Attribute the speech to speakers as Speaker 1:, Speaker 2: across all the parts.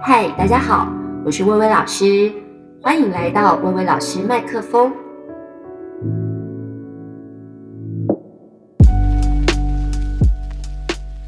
Speaker 1: 嗨，大家好，我是薇薇老师，欢迎来到薇薇老师麦克风。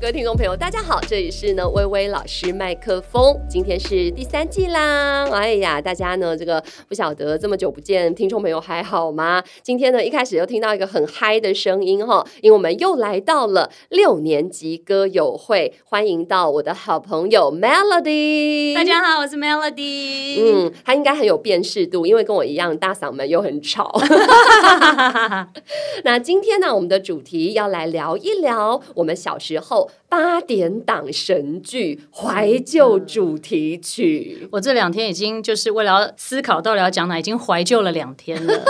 Speaker 2: 各位听众朋友，大家好，这里是呢微微老师麦克风，今天是第三季啦。哎呀，大家呢这个不晓得这么久不见，听众朋友还好吗？今天呢一开始又听到一个很嗨的声音哈，因为我们又来到了六年级歌友会，欢迎到我的好朋友 Melody。
Speaker 3: 大家好，我是 Melody。
Speaker 2: 嗯，他应该很有辨识度，因为跟我一样大嗓门又很 吵。 那今天呢，我们的主题要来聊一聊我们小时候八点档神剧怀旧主题 曲。
Speaker 3: 我这两天已经就是为了要思考到底要讲哪，已经怀旧了两天 了，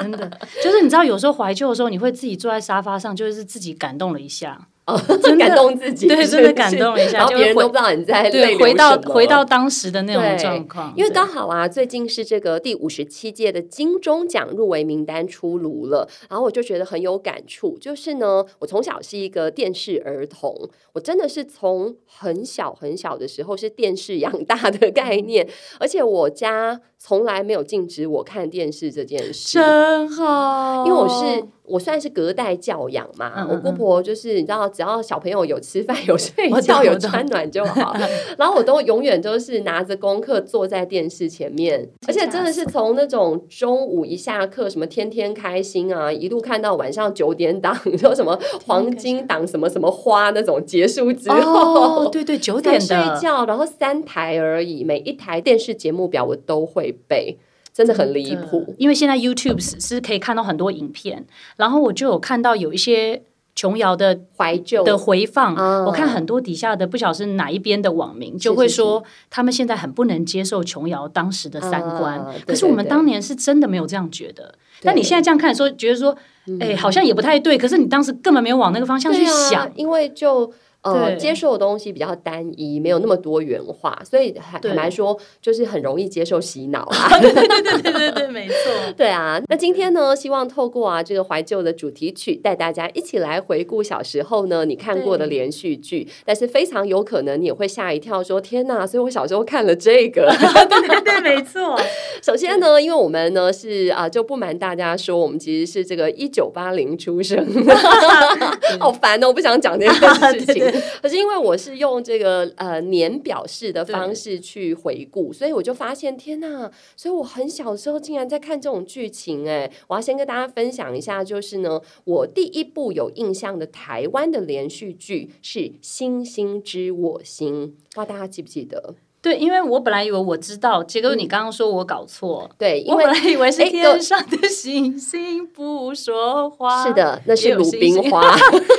Speaker 3: 真的。就是你知道，有时候怀旧的时候，你会自己坐在沙发上，就是自己感动了一下，
Speaker 2: 真感动自己，
Speaker 3: 对
Speaker 2: 是不
Speaker 3: 真的
Speaker 2: 是
Speaker 3: 感动了一下
Speaker 2: 然后
Speaker 3: 就
Speaker 2: 别人
Speaker 3: 回
Speaker 2: 都不知道你在泪
Speaker 3: 对，
Speaker 2: 流
Speaker 3: 回到
Speaker 2: 什么
Speaker 3: 回到当时的那种
Speaker 2: 对
Speaker 3: 状况。
Speaker 2: 因为
Speaker 3: 对
Speaker 2: 刚好啊，最近是这个第五十七届的金钟奖入围名单出炉了，然后我就觉得很有感触。就是呢，我从小是一个电视儿童，我真的是从很小很小的时候是电视养大的概 念，而且我家从来没有禁止我看电视这件事。
Speaker 3: 真好，
Speaker 2: 因为我是我算是隔代教养嘛，
Speaker 3: 哦嗯嗯
Speaker 2: 我姑婆就是你知道，只要小朋友有吃饭、有睡
Speaker 3: 我懂
Speaker 2: 觉、有
Speaker 3: 我懂
Speaker 2: 穿暖就好。 然后我都永远都是拿着功课坐在电视前面，而且真的是从那种中午一下课什么天天开心啊，一路看到晚上九点档， 你说什么黄金档什么什么花那种结束之后。
Speaker 3: 哦， 对 对，九
Speaker 2: 才
Speaker 3: 点
Speaker 2: 睡
Speaker 3: 的，
Speaker 2: 觉，然后三台而已，每一台电视节目表我都会背，真的很离谱。
Speaker 3: 嗯因为现在 YouTube 是是可以看到很多影片，然后我就有看到有一些琼瑶的
Speaker 2: 怀旧
Speaker 3: 的回放，
Speaker 2: 啊
Speaker 3: 我看很多底下的不晓得是哪一边的网民就会说，他们现在很不能接受琼瑶当时的三观，
Speaker 2: 啊对
Speaker 3: 可是我们
Speaker 2: 对对
Speaker 3: 当年是真的没有这样觉得。
Speaker 2: 对嗯
Speaker 3: 但你现在这样看的时候，觉得说，哎、好像也不太对，可是你当时根本没有往那个方向
Speaker 2: 对
Speaker 3: 去想。
Speaker 2: 啊、因为就。呃，
Speaker 3: 对
Speaker 2: 接受的东西比较单一，没有那么多元化，所以坦
Speaker 3: 对
Speaker 2: 坦白说，就是很容易接受洗脑啊。
Speaker 3: 对对对对，没错。
Speaker 2: 对啊，那今天呢，希望透过啊这个怀旧的主题曲，带大家一起来回顾小时候呢你看过的
Speaker 3: 对
Speaker 2: 连续剧，但是非常有可能你也会吓一跳说，天哪！所以我小时候看了这个。
Speaker 3: 对对对，没错。
Speaker 2: 首先
Speaker 3: 嗯
Speaker 2: 呢，因为我们呢是啊、就不瞒大家说，我们其实是这个一九八零出 生
Speaker 3: 嗯
Speaker 2: 的，好烦哦，我不想讲这件事情。
Speaker 3: 对
Speaker 2: 可是因为我是用这个呃年表式的方式去回顾，所以我就发现，天呐！所以我很小时候竟然在看这种剧情哎、我要先跟大家分享一下，就是呢，我第一部有印象的台湾的连续剧是《星星知我心》，不知道大家记不记得？
Speaker 3: 对，因为我本来以为我知道，结果你刚刚说我搞错。
Speaker 2: 对，嗯因
Speaker 3: 我
Speaker 2: 为
Speaker 3: 本来以为是
Speaker 2: 哎各
Speaker 3: 天上的星星不说话，
Speaker 2: 是，的，那
Speaker 3: 也
Speaker 2: 是
Speaker 3: 有
Speaker 2: 鲁
Speaker 3: 星
Speaker 2: 冰
Speaker 3: 星
Speaker 2: 花。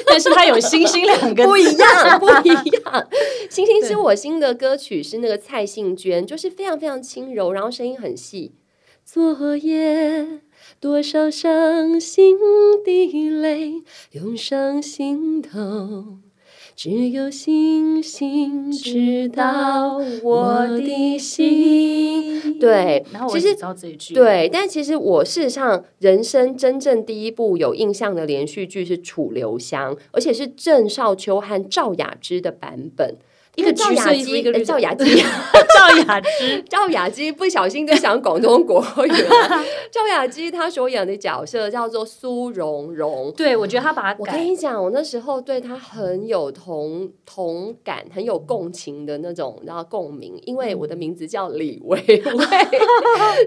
Speaker 3: 但是它有星星两个字，
Speaker 2: 不一样，不 一样。星星知我心的歌曲是那个蔡幸娟，就是非常非常轻柔，然后声音很细。昨夜多少伤心的泪涌上心头，只有星星知道我的心。对，
Speaker 3: 然后我
Speaker 2: 其
Speaker 3: 只
Speaker 2: 实
Speaker 3: 知道这一句，，
Speaker 2: 对，但其实我事实上人生真正第一部有印象的连续剧是《楚留香》，而且是郑少秋和赵雅芝的版本。
Speaker 3: 一个
Speaker 2: 因为赵
Speaker 3: 橘
Speaker 2: 雅
Speaker 3: 色衣服
Speaker 2: 芝
Speaker 3: 一个
Speaker 2: 呃
Speaker 3: 绿色
Speaker 2: 赵雅 芝，
Speaker 3: 赵雅芝，
Speaker 2: 赵雅芝不小心就想广东国 语了。赵雅芝她所演的角色叫做苏蓉蓉。
Speaker 3: 对我觉得他把它
Speaker 2: 我
Speaker 3: 改
Speaker 2: 跟，你讲，我那时候对她很有同同感，很有共情的那种，然后共鸣，因为我的
Speaker 3: 嗯
Speaker 2: 名字叫李维 维，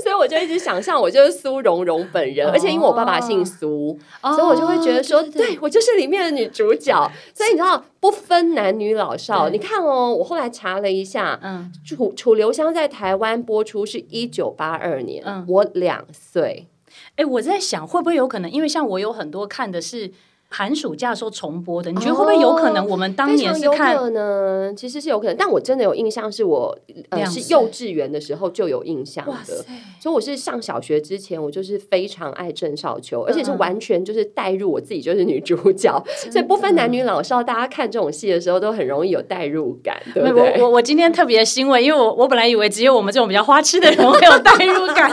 Speaker 2: 所以我就一直想象我就是苏蓉蓉本人，
Speaker 3: 哦
Speaker 2: 而且因为我爸爸姓苏，
Speaker 3: 所
Speaker 2: 所以我就会觉得说，对我就是里面的女主 角。所以你知道，不分男女老少，
Speaker 3: 对
Speaker 2: 你看哦，我后来查了一下，
Speaker 3: 嗯，
Speaker 2: 《楚楚留香》在台湾播出是一九八二年，
Speaker 3: 嗯
Speaker 2: 我两岁。
Speaker 3: 哎，我在想会不会有可能，因为像我有很多看的是寒暑假的时候重播的，你觉得会不会有可能我们当
Speaker 2: 哦非
Speaker 3: 年
Speaker 2: 常
Speaker 3: 是
Speaker 2: 有
Speaker 3: 看
Speaker 2: 可能，其实是有可能，但我真的有印象，是我呃
Speaker 3: 两岁
Speaker 2: 是幼稚园的时候就有印象
Speaker 3: 哇
Speaker 2: 的
Speaker 3: 塞。，
Speaker 2: 所以我是上小学之前，我就是非常爱郑少秋，而且
Speaker 3: 嗯
Speaker 2: 是完全就是带入我自己就是女主角，所以不分男女老少，大家看这种戏的时候都很容易有代入感，对
Speaker 3: 没
Speaker 2: 不
Speaker 3: 有
Speaker 2: 对？
Speaker 3: 我我我今天特别欣慰，因为我我本来以为只有我们这种比较花痴的人会有代入 感，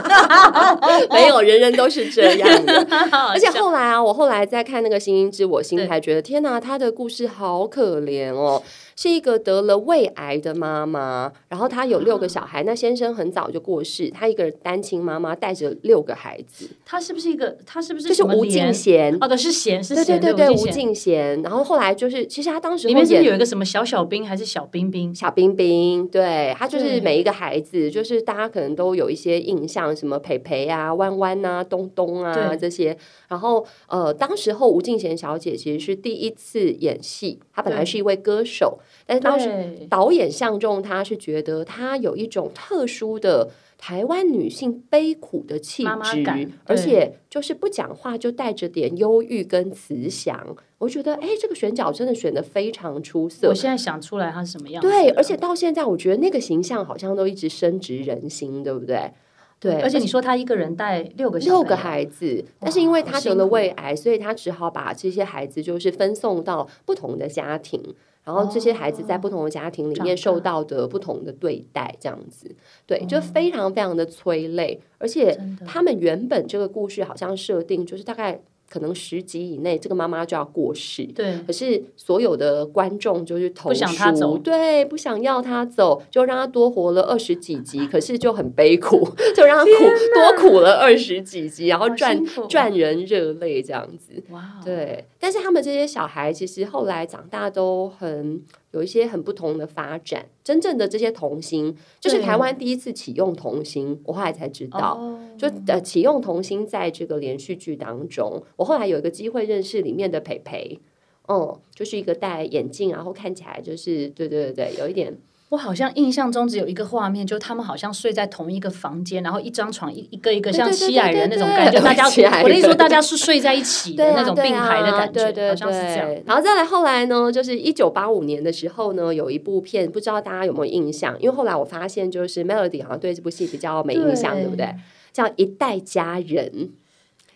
Speaker 2: 没有，人人都是这样的。而
Speaker 3: 而
Speaker 2: 啊且后来啊，我后来在看那个《星音知我心》，
Speaker 3: 对
Speaker 2: 才觉得天哪，她的故事好可怜哦，是一个得了胃癌的妈妈，然后她有六
Speaker 3: 啊
Speaker 2: 个小孩，那先生很早就过世，她一个人单亲妈妈带着六个孩子，
Speaker 3: 他是不是一个？他是不是
Speaker 2: 就是
Speaker 3: 什么
Speaker 2: 吴
Speaker 3: 莲
Speaker 2: 敬贤。
Speaker 3: 哦，对，是贤，是
Speaker 2: 对对
Speaker 3: 贤，
Speaker 2: 对对，
Speaker 3: 吴
Speaker 2: 吴
Speaker 3: 敬贤。
Speaker 2: 敬贤，然后后来就是，其实他当时
Speaker 3: 里面是不
Speaker 2: 演
Speaker 3: 是有一个什么小小兵还是小冰冰？
Speaker 2: 小冰冰，对他就是
Speaker 3: 对
Speaker 2: 每一个孩子，就是大家可能都有一些印象，什么培培啊、弯弯啊、东东啊
Speaker 3: 对
Speaker 2: 这些。然后呃，当时候吴敬贤小姐其实是第一次演戏，她本来
Speaker 3: 对
Speaker 2: 是一位歌手，但是当时
Speaker 3: 对
Speaker 2: 导演相中她是觉得她有一种特殊的。台湾女性悲苦的气质，
Speaker 3: 妈妈感对
Speaker 2: 而且就是不讲话就带着点忧郁跟慈祥，我觉得哎、这个选角真的选的非常出色。
Speaker 3: 我现在想出来他是什么样子了。
Speaker 2: 对，而且到现在，我觉得那个形象好像都一直深植人心，对不对？对，
Speaker 3: 嗯而且你说他一个人带六个小
Speaker 2: 六个
Speaker 3: 朋友
Speaker 2: 孩子，但
Speaker 3: 哇
Speaker 2: 是因为
Speaker 3: 好
Speaker 2: 他
Speaker 3: 辛
Speaker 2: 得了
Speaker 3: 苦哦
Speaker 2: 胃癌，所以他只好把这些孩子就是分送到不同的家庭。然后这些孩子在不同的家庭里面
Speaker 3: 哦长大哦
Speaker 2: 受到的不同的对待，这样子，对，就非常非常的催泪。而且
Speaker 3: 真的
Speaker 2: 他们原本这个故事好像设定就是大概可能十集以内，这个妈妈就要过世，
Speaker 3: 对
Speaker 2: 可是所有的观众就是投
Speaker 3: 不想他
Speaker 2: 诉
Speaker 3: 走
Speaker 2: 对，不想要他走，就让他多活了二十几 集，可是就很悲苦， 就让他苦多苦了二十几集，然后
Speaker 3: 好
Speaker 2: 赚
Speaker 3: 辛 苦
Speaker 2: 赚人热泪这样子。
Speaker 3: 哇哦，
Speaker 2: 对，但是他们这些小孩其实后来长大都很有一些很不同的发展。真正的这些童星，就是
Speaker 3: 对
Speaker 2: 台湾第一次启用童星，我后来才知道。
Speaker 3: 哦，
Speaker 2: 就呃启用童星在这个连续剧当中，我后来有一个机会认识里面的培培，嗯，就是一个戴眼镜，然后看起来就是对对对对，有一点
Speaker 3: 我好像印象中只有一个画面，就他们好像睡在同一个房间，然后一张床一一个一个
Speaker 2: 对
Speaker 3: 像
Speaker 2: 对对
Speaker 3: 西矮人那
Speaker 2: 对
Speaker 3: 种
Speaker 2: 对
Speaker 3: 感觉，
Speaker 2: 对
Speaker 3: 大家
Speaker 2: 西矮
Speaker 3: 我的意思说
Speaker 2: 人
Speaker 3: 大家是睡在一起
Speaker 2: 对
Speaker 3: 的
Speaker 2: 啊
Speaker 3: 那种并排的感觉，
Speaker 2: 对啊对对
Speaker 3: 好像是这样。
Speaker 2: 对然后再来后来呢，就是一九八五年的时候呢，有一部片，不知道大家有没有印象？因为后来我发现，就是 Melody 好像对这部戏比较没印象，对不对？？叫《一代佳人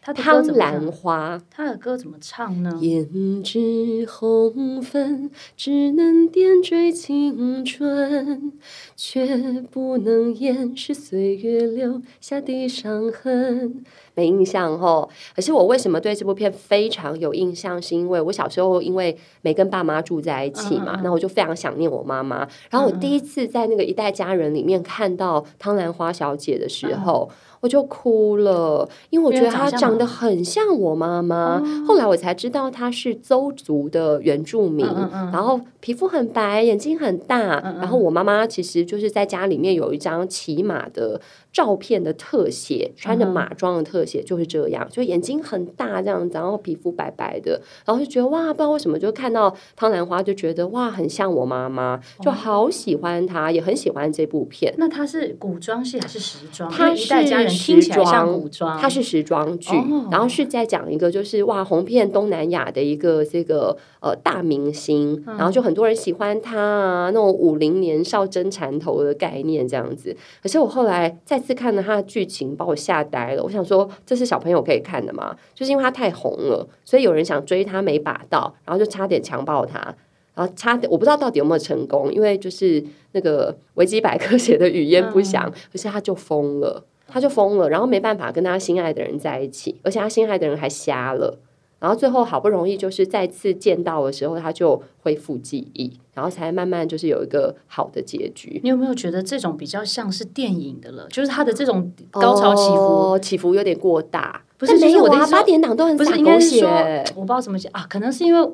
Speaker 3: 他》，的歌
Speaker 2: 汤
Speaker 3: 怎么
Speaker 2: 兰
Speaker 3: 唱？
Speaker 2: 花。
Speaker 3: 他的歌怎么唱呢？
Speaker 2: 胭脂红粉只能点缀青春，却不能掩饰岁月留下的伤痕。没印象吼，可是我为什么对这部片非常有印象？是因为我小时候因为没跟爸妈住在一起嘛
Speaker 3: 嗯嗯，嗯嗯
Speaker 2: 那我就非常想念我妈妈。然后我第一次在那个《一代佳人》里面看到汤兰花小姐的时候，我就哭了，因为我觉得
Speaker 3: 嗯因为
Speaker 2: 她
Speaker 3: 长相
Speaker 2: 长
Speaker 3: 吗
Speaker 2: 得很像我妈妈。
Speaker 3: 哦
Speaker 2: 后来我才知道她是邹族的原住民，
Speaker 3: 嗯嗯嗯
Speaker 2: 然后皮肤很白，眼睛很大。
Speaker 3: 嗯嗯
Speaker 2: 然后我妈妈其实就是在家里面有一张骑马的照片的特写，穿
Speaker 3: 嗯
Speaker 2: 着马装的特写就是这样，就眼睛很大这样子，然后皮肤白白的，然后就觉得哇，不知道为什么就看到汤兰花就觉得哇，很像我妈妈，就
Speaker 3: 哦
Speaker 2: 好喜欢她，也很喜欢这部片。
Speaker 3: 那他是古装戏还是时装？
Speaker 2: 它
Speaker 3: 因为一代
Speaker 2: 是
Speaker 3: 家人
Speaker 2: 时
Speaker 3: 听起来像
Speaker 2: 装
Speaker 3: 古装，
Speaker 2: 它是时装剧，
Speaker 3: 哦
Speaker 2: 然后是在讲一个就是哇红遍东南亚的一个这个呃大明星，
Speaker 3: 嗯
Speaker 2: 然后就很多人喜欢他啊，那种武林年少争缠头的概念这样子。可是我后来再次看了他的剧情，把我吓呆了。我想说这是小朋友可以看的吗？就是因为他太红了，所以有人想追他没把到，然后就差点强暴他。然后差点我不知道到底有没有成功，因为就是那个维基百科 写的语焉不详，
Speaker 3: 嗯
Speaker 2: 可是他就疯了。他就疯了，然后没办法跟他心爱的人在一起，而且他心爱的人还瞎了。然后最后好不容易就是再次见到的时候，他就恢复记忆，然后才慢慢就是有一个好的结局。
Speaker 3: 你有没有觉得这种比较像是电影的了？就是它的这种高潮起伏，
Speaker 2: 哦、起伏有点过大，
Speaker 3: 不是
Speaker 2: 但
Speaker 3: 就是
Speaker 2: 没有
Speaker 3: 我的意
Speaker 2: 啊，
Speaker 3: 思说
Speaker 2: 八点档都很
Speaker 3: 不
Speaker 2: 洒
Speaker 3: 是应该
Speaker 2: 狗
Speaker 3: 是
Speaker 2: 血
Speaker 3: 说，我不知道怎么讲啊，可能是因为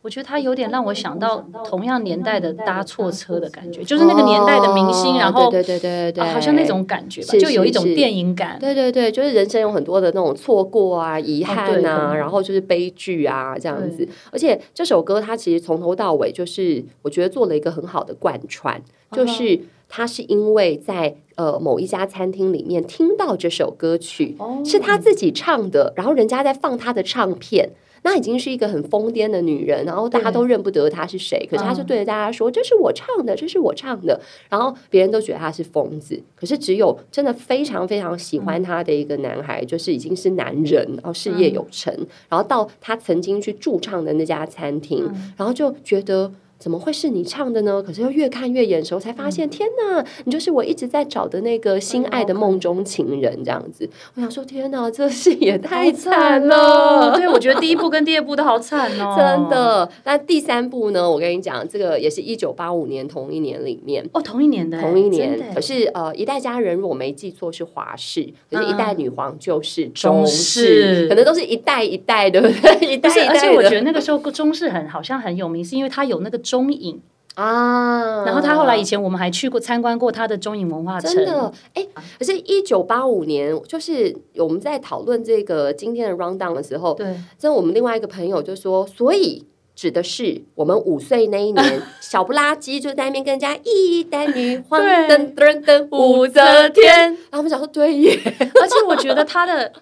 Speaker 3: 我觉得它有点让我想到同样年代的搭错车的感觉，就是那个年代的明星，
Speaker 2: 哦
Speaker 3: 然后
Speaker 2: 对对对对对、
Speaker 3: 啊好像那。种感觉吧，
Speaker 2: 是
Speaker 3: 就有一
Speaker 2: 是
Speaker 3: 种
Speaker 2: 是
Speaker 3: 电影感。
Speaker 2: 对对对，就是人生有很多的那种错过啊、遗
Speaker 3: 哦
Speaker 2: 憾
Speaker 3: 对
Speaker 2: 啊，
Speaker 3: 嗯
Speaker 2: 然后就是悲剧啊这样子
Speaker 3: 对。
Speaker 2: 而且这首歌它其实从头到尾就是我觉得做了一个很好的贯
Speaker 3: 啊
Speaker 2: 穿，就是他是因为在呃某一家餐厅里面听到这首歌曲，
Speaker 3: 哦
Speaker 2: 是他自己唱的，然后人家在放他的唱片。那已经是一个很疯癫的女人，然后大家
Speaker 3: 对
Speaker 2: 都认不得她是谁，可是她就
Speaker 3: 嗯
Speaker 2: 对着大家说：“这是我唱的，这是我唱的。”然后别人都觉得她是疯子，可是只有真的非常非常喜欢她的一个男孩，就是已经是男人，然后事业有成，然后到他曾经去驻唱的那家餐厅，然后就觉得。怎么会是你唱的呢？可是又越看越眼熟，才发现、天哪，你就是我一直在找的那个心爱的梦中情人这样子。我想说，天哪，这戏也太惨了。
Speaker 3: 哦对，我觉得第一部跟第二部都好惨哦，
Speaker 2: 真。的，那第三部呢？我跟你讲，这个也是一九八五年同一年里面，
Speaker 3: 哦，同一年的欸，
Speaker 2: 同一
Speaker 3: 真
Speaker 2: 年，
Speaker 3: 的
Speaker 2: 可
Speaker 3: 欸
Speaker 2: 是呃，一代佳人如果没记错是华视，可是一代女皇就是
Speaker 3: 嗯中
Speaker 2: 式，
Speaker 3: 式
Speaker 2: 可能都是一代一代，对不 对？一代
Speaker 3: 不是，
Speaker 2: 一代
Speaker 3: 而
Speaker 2: 的。
Speaker 3: 且我觉得那个时候中式很好像很有名，是因为它有那个中影，
Speaker 2: 啊，
Speaker 3: 然后他后来以前我们还去过参观过他的中影文化城，
Speaker 2: 真的，哎、可是，一九八五年，就是我们在讨论这个今天的 round down 的时候，
Speaker 3: 对，
Speaker 2: 真的我们另外一个朋友就说，所以。指的是我们五岁那一 年，小不拉几就在那边跟人家一代女皇
Speaker 3: 对
Speaker 2: 噔噔噔武则天，然后我们想说对耶，
Speaker 3: 而且我觉得他的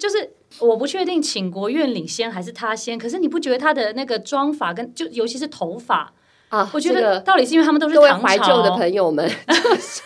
Speaker 3: 就是。我不确定请国院领先还是他先，可是你不觉得他的那个妆法跟就尤其是头发，
Speaker 2: 啊，
Speaker 3: 我觉
Speaker 2: 这
Speaker 3: 得
Speaker 2: 个
Speaker 3: 到底是因为他们都是
Speaker 2: 各位
Speaker 3: 唐朝
Speaker 2: 怀旧的朋友 们，就是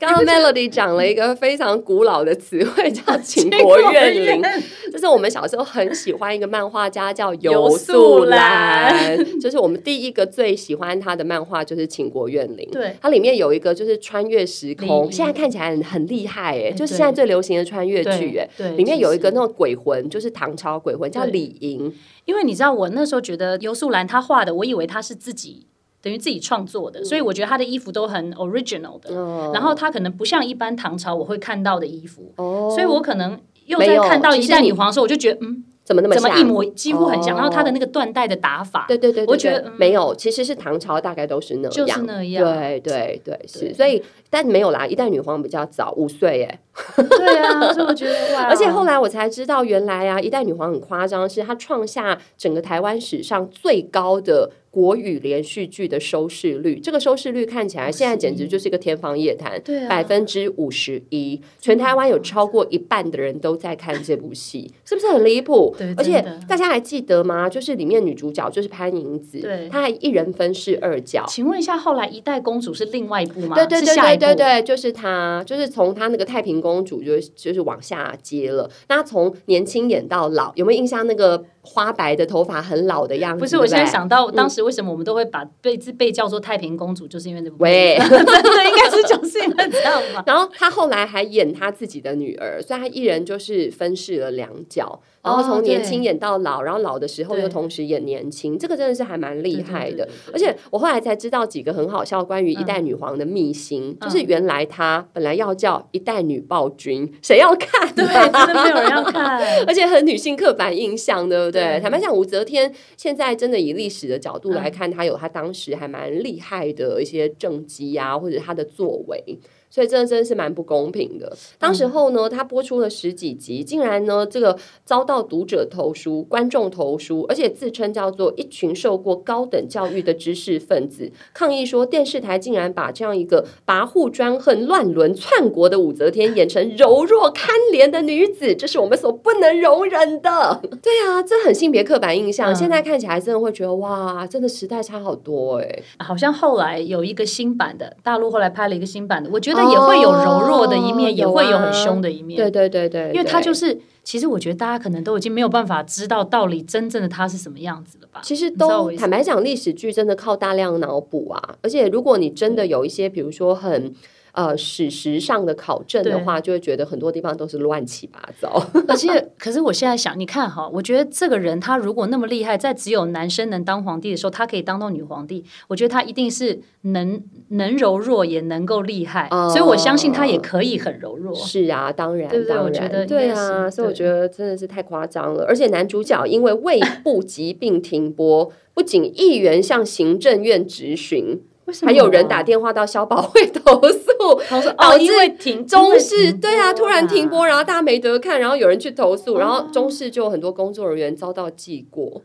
Speaker 2: 刚刚 Melody 讲了一个非常古老的词汇，
Speaker 3: 嗯
Speaker 2: 叫“秦国怨灵”，这是我们小时候很喜欢一个漫画家叫游素兰， 就是我们第一个最喜欢他的漫画就是《秦国怨灵》。
Speaker 3: 对，
Speaker 2: 它里面有一个就是穿越时
Speaker 3: 李
Speaker 2: 空，
Speaker 3: 仪
Speaker 2: 现在看起来很很厉害哎、
Speaker 3: 哎
Speaker 2: 就是
Speaker 3: 对
Speaker 2: 现在最流行的穿越剧哎
Speaker 3: 对、对，
Speaker 2: 里面有一个
Speaker 3: 其实
Speaker 2: 那种鬼魂，就是唐朝鬼魂叫
Speaker 3: 对
Speaker 2: 李莹，
Speaker 3: 因为你知道，我那时候觉得尤素兰她画的，我以为她是自己等于自己创作的，所以我觉得她的衣服都很 original 的。
Speaker 2: 嗯
Speaker 3: 然后她可能不像一般唐朝我会看到的衣服，
Speaker 2: 哦
Speaker 3: 所以我可能又
Speaker 2: 没
Speaker 3: 在
Speaker 2: 有
Speaker 3: 看到
Speaker 2: 其
Speaker 3: 一
Speaker 2: 实
Speaker 3: 代
Speaker 2: 你
Speaker 3: 女皇的时候，我就觉得嗯，
Speaker 2: 怎么那么
Speaker 3: 怎么
Speaker 2: 像
Speaker 3: 一模几乎很像。
Speaker 2: 哦
Speaker 3: 然后她的那个缎带的打法，
Speaker 2: 对对对对对
Speaker 3: 我觉得嗯
Speaker 2: 没有，其实是唐朝大概都是那样，
Speaker 3: 就是那样
Speaker 2: 对对对，是，所以但没有啦，一代女皇比较早，五岁耶。
Speaker 3: 对啊，所以我觉得哇，
Speaker 2: 而且后来我才知道，原来啊，一代女皇很夸张，是她创下整个台湾史上最高的国语连续剧的收视率。这个收视率看起来现在简直就是一个天方夜谭，
Speaker 3: 对啊
Speaker 2: 百分之五十一，全台湾有超过一半的人都在看这部戏，是不是很离谱
Speaker 3: 对？
Speaker 2: 而且
Speaker 3: 真的
Speaker 2: 大家还记得吗？就是里面女主角就是潘迎紫
Speaker 3: 对，
Speaker 2: 她还一人分饰二角。
Speaker 3: 请问一下，后来一代公主是另外一部吗？
Speaker 2: 对对
Speaker 3: 是
Speaker 2: 对
Speaker 3: 下一
Speaker 2: 对
Speaker 3: 部
Speaker 2: 对对，就是她，就是从她那个太平公主就就是往下接了。那她从年轻演到老，有没有印象那个花白的头发很老的样子？
Speaker 3: 不是，
Speaker 2: 对
Speaker 3: 我
Speaker 2: 不
Speaker 3: 现在
Speaker 2: 对。
Speaker 3: 想到当时为什么我们都会把被被叫做太平公主，就是因为那部
Speaker 2: 喂
Speaker 3: 真的应该是就是因为这样 吧。
Speaker 2: 然后她后来还演她自己的女儿，所以她一人就是分饰了两角，然后
Speaker 3: 哦
Speaker 2: 从
Speaker 3: 对
Speaker 2: 年轻演到老，然后老的时候又
Speaker 3: 对
Speaker 2: 同时演年轻，这个真的是还蛮厉害的。
Speaker 3: 对，对对对对
Speaker 2: 而且我后来才知道几个很好笑关于一代女皇的秘辛，
Speaker 3: 嗯
Speaker 2: 就是原来她本来要叫一代女暴君，谁要看、啊？
Speaker 3: 对，真的没有人要看。
Speaker 2: 而且很女性刻板印象，对不对？
Speaker 3: 对
Speaker 2: 坦白讲，武则天现在真的以历史的角度来看，她、有她当时还蛮厉害的一些政绩啊，或者她的作为。所以这真的是蛮不公平的。当时候呢，她播出了十几集，竟然呢这个遭到读者投书、观众投书，而且自称叫做一群受过高等教育的知识分子，抗议说电视台竟然把这样一个跋扈、专横、乱伦、篡国的武则天演成柔弱堪怜的女子，这是我们所不能容忍的。对啊，这很性别刻板印象，
Speaker 3: 嗯
Speaker 2: 现在看起来真的会觉得哇，真的时代差好多哎、
Speaker 3: 好像后来有一个新版的，大陆后来拍了一个新版的，我觉得也会有柔弱的一面，
Speaker 2: 哦
Speaker 3: 也会有
Speaker 2: 有啊
Speaker 3: 很凶的一面。
Speaker 2: 对对对对，。
Speaker 3: 因为他就是是，其实我觉得大家可能都已经没有办法知道到底真正的他是什么样子了吧？
Speaker 2: 其实
Speaker 3: 你知道
Speaker 2: 都
Speaker 3: 我意思
Speaker 2: 坦白讲，历史剧真的靠大量脑补啊。而且如果你真的有一些，比如说很呃史实上的考证的
Speaker 3: 对
Speaker 2: 话，就会觉得很多地方都是乱七八糟。
Speaker 3: 而且，可是我现在想，你看哈，我觉得这个人他如果那么厉害，在只有男生能当皇帝的时候，他可以当到女皇帝，我觉得他一定是能能柔弱，也能够厉害，
Speaker 2: 哦
Speaker 3: 所以我相信他也可以很柔弱。
Speaker 2: 是啊，当然，
Speaker 3: 对不对
Speaker 2: 当
Speaker 3: 我觉
Speaker 2: 然
Speaker 3: 得
Speaker 2: 对
Speaker 3: 应该
Speaker 2: 啊，
Speaker 3: 是
Speaker 2: 所以我
Speaker 3: 对
Speaker 2: 觉得真的是太夸张了。而且男主角因为胃部疾病停播，不仅议员向行政院质询，
Speaker 3: 为什么
Speaker 2: 还
Speaker 3: 啊？
Speaker 2: 有人打电话到消保会 投诉。
Speaker 3: 他说，
Speaker 2: 导
Speaker 3: 哦，
Speaker 2: 致
Speaker 3: 因为嗯停
Speaker 2: 中视对啊，突然停，
Speaker 3: 因为
Speaker 2: 播，然后大家没得看，然后有人去投诉，然
Speaker 3: 哦
Speaker 2: 后中视就有很多工作人员遭到记过。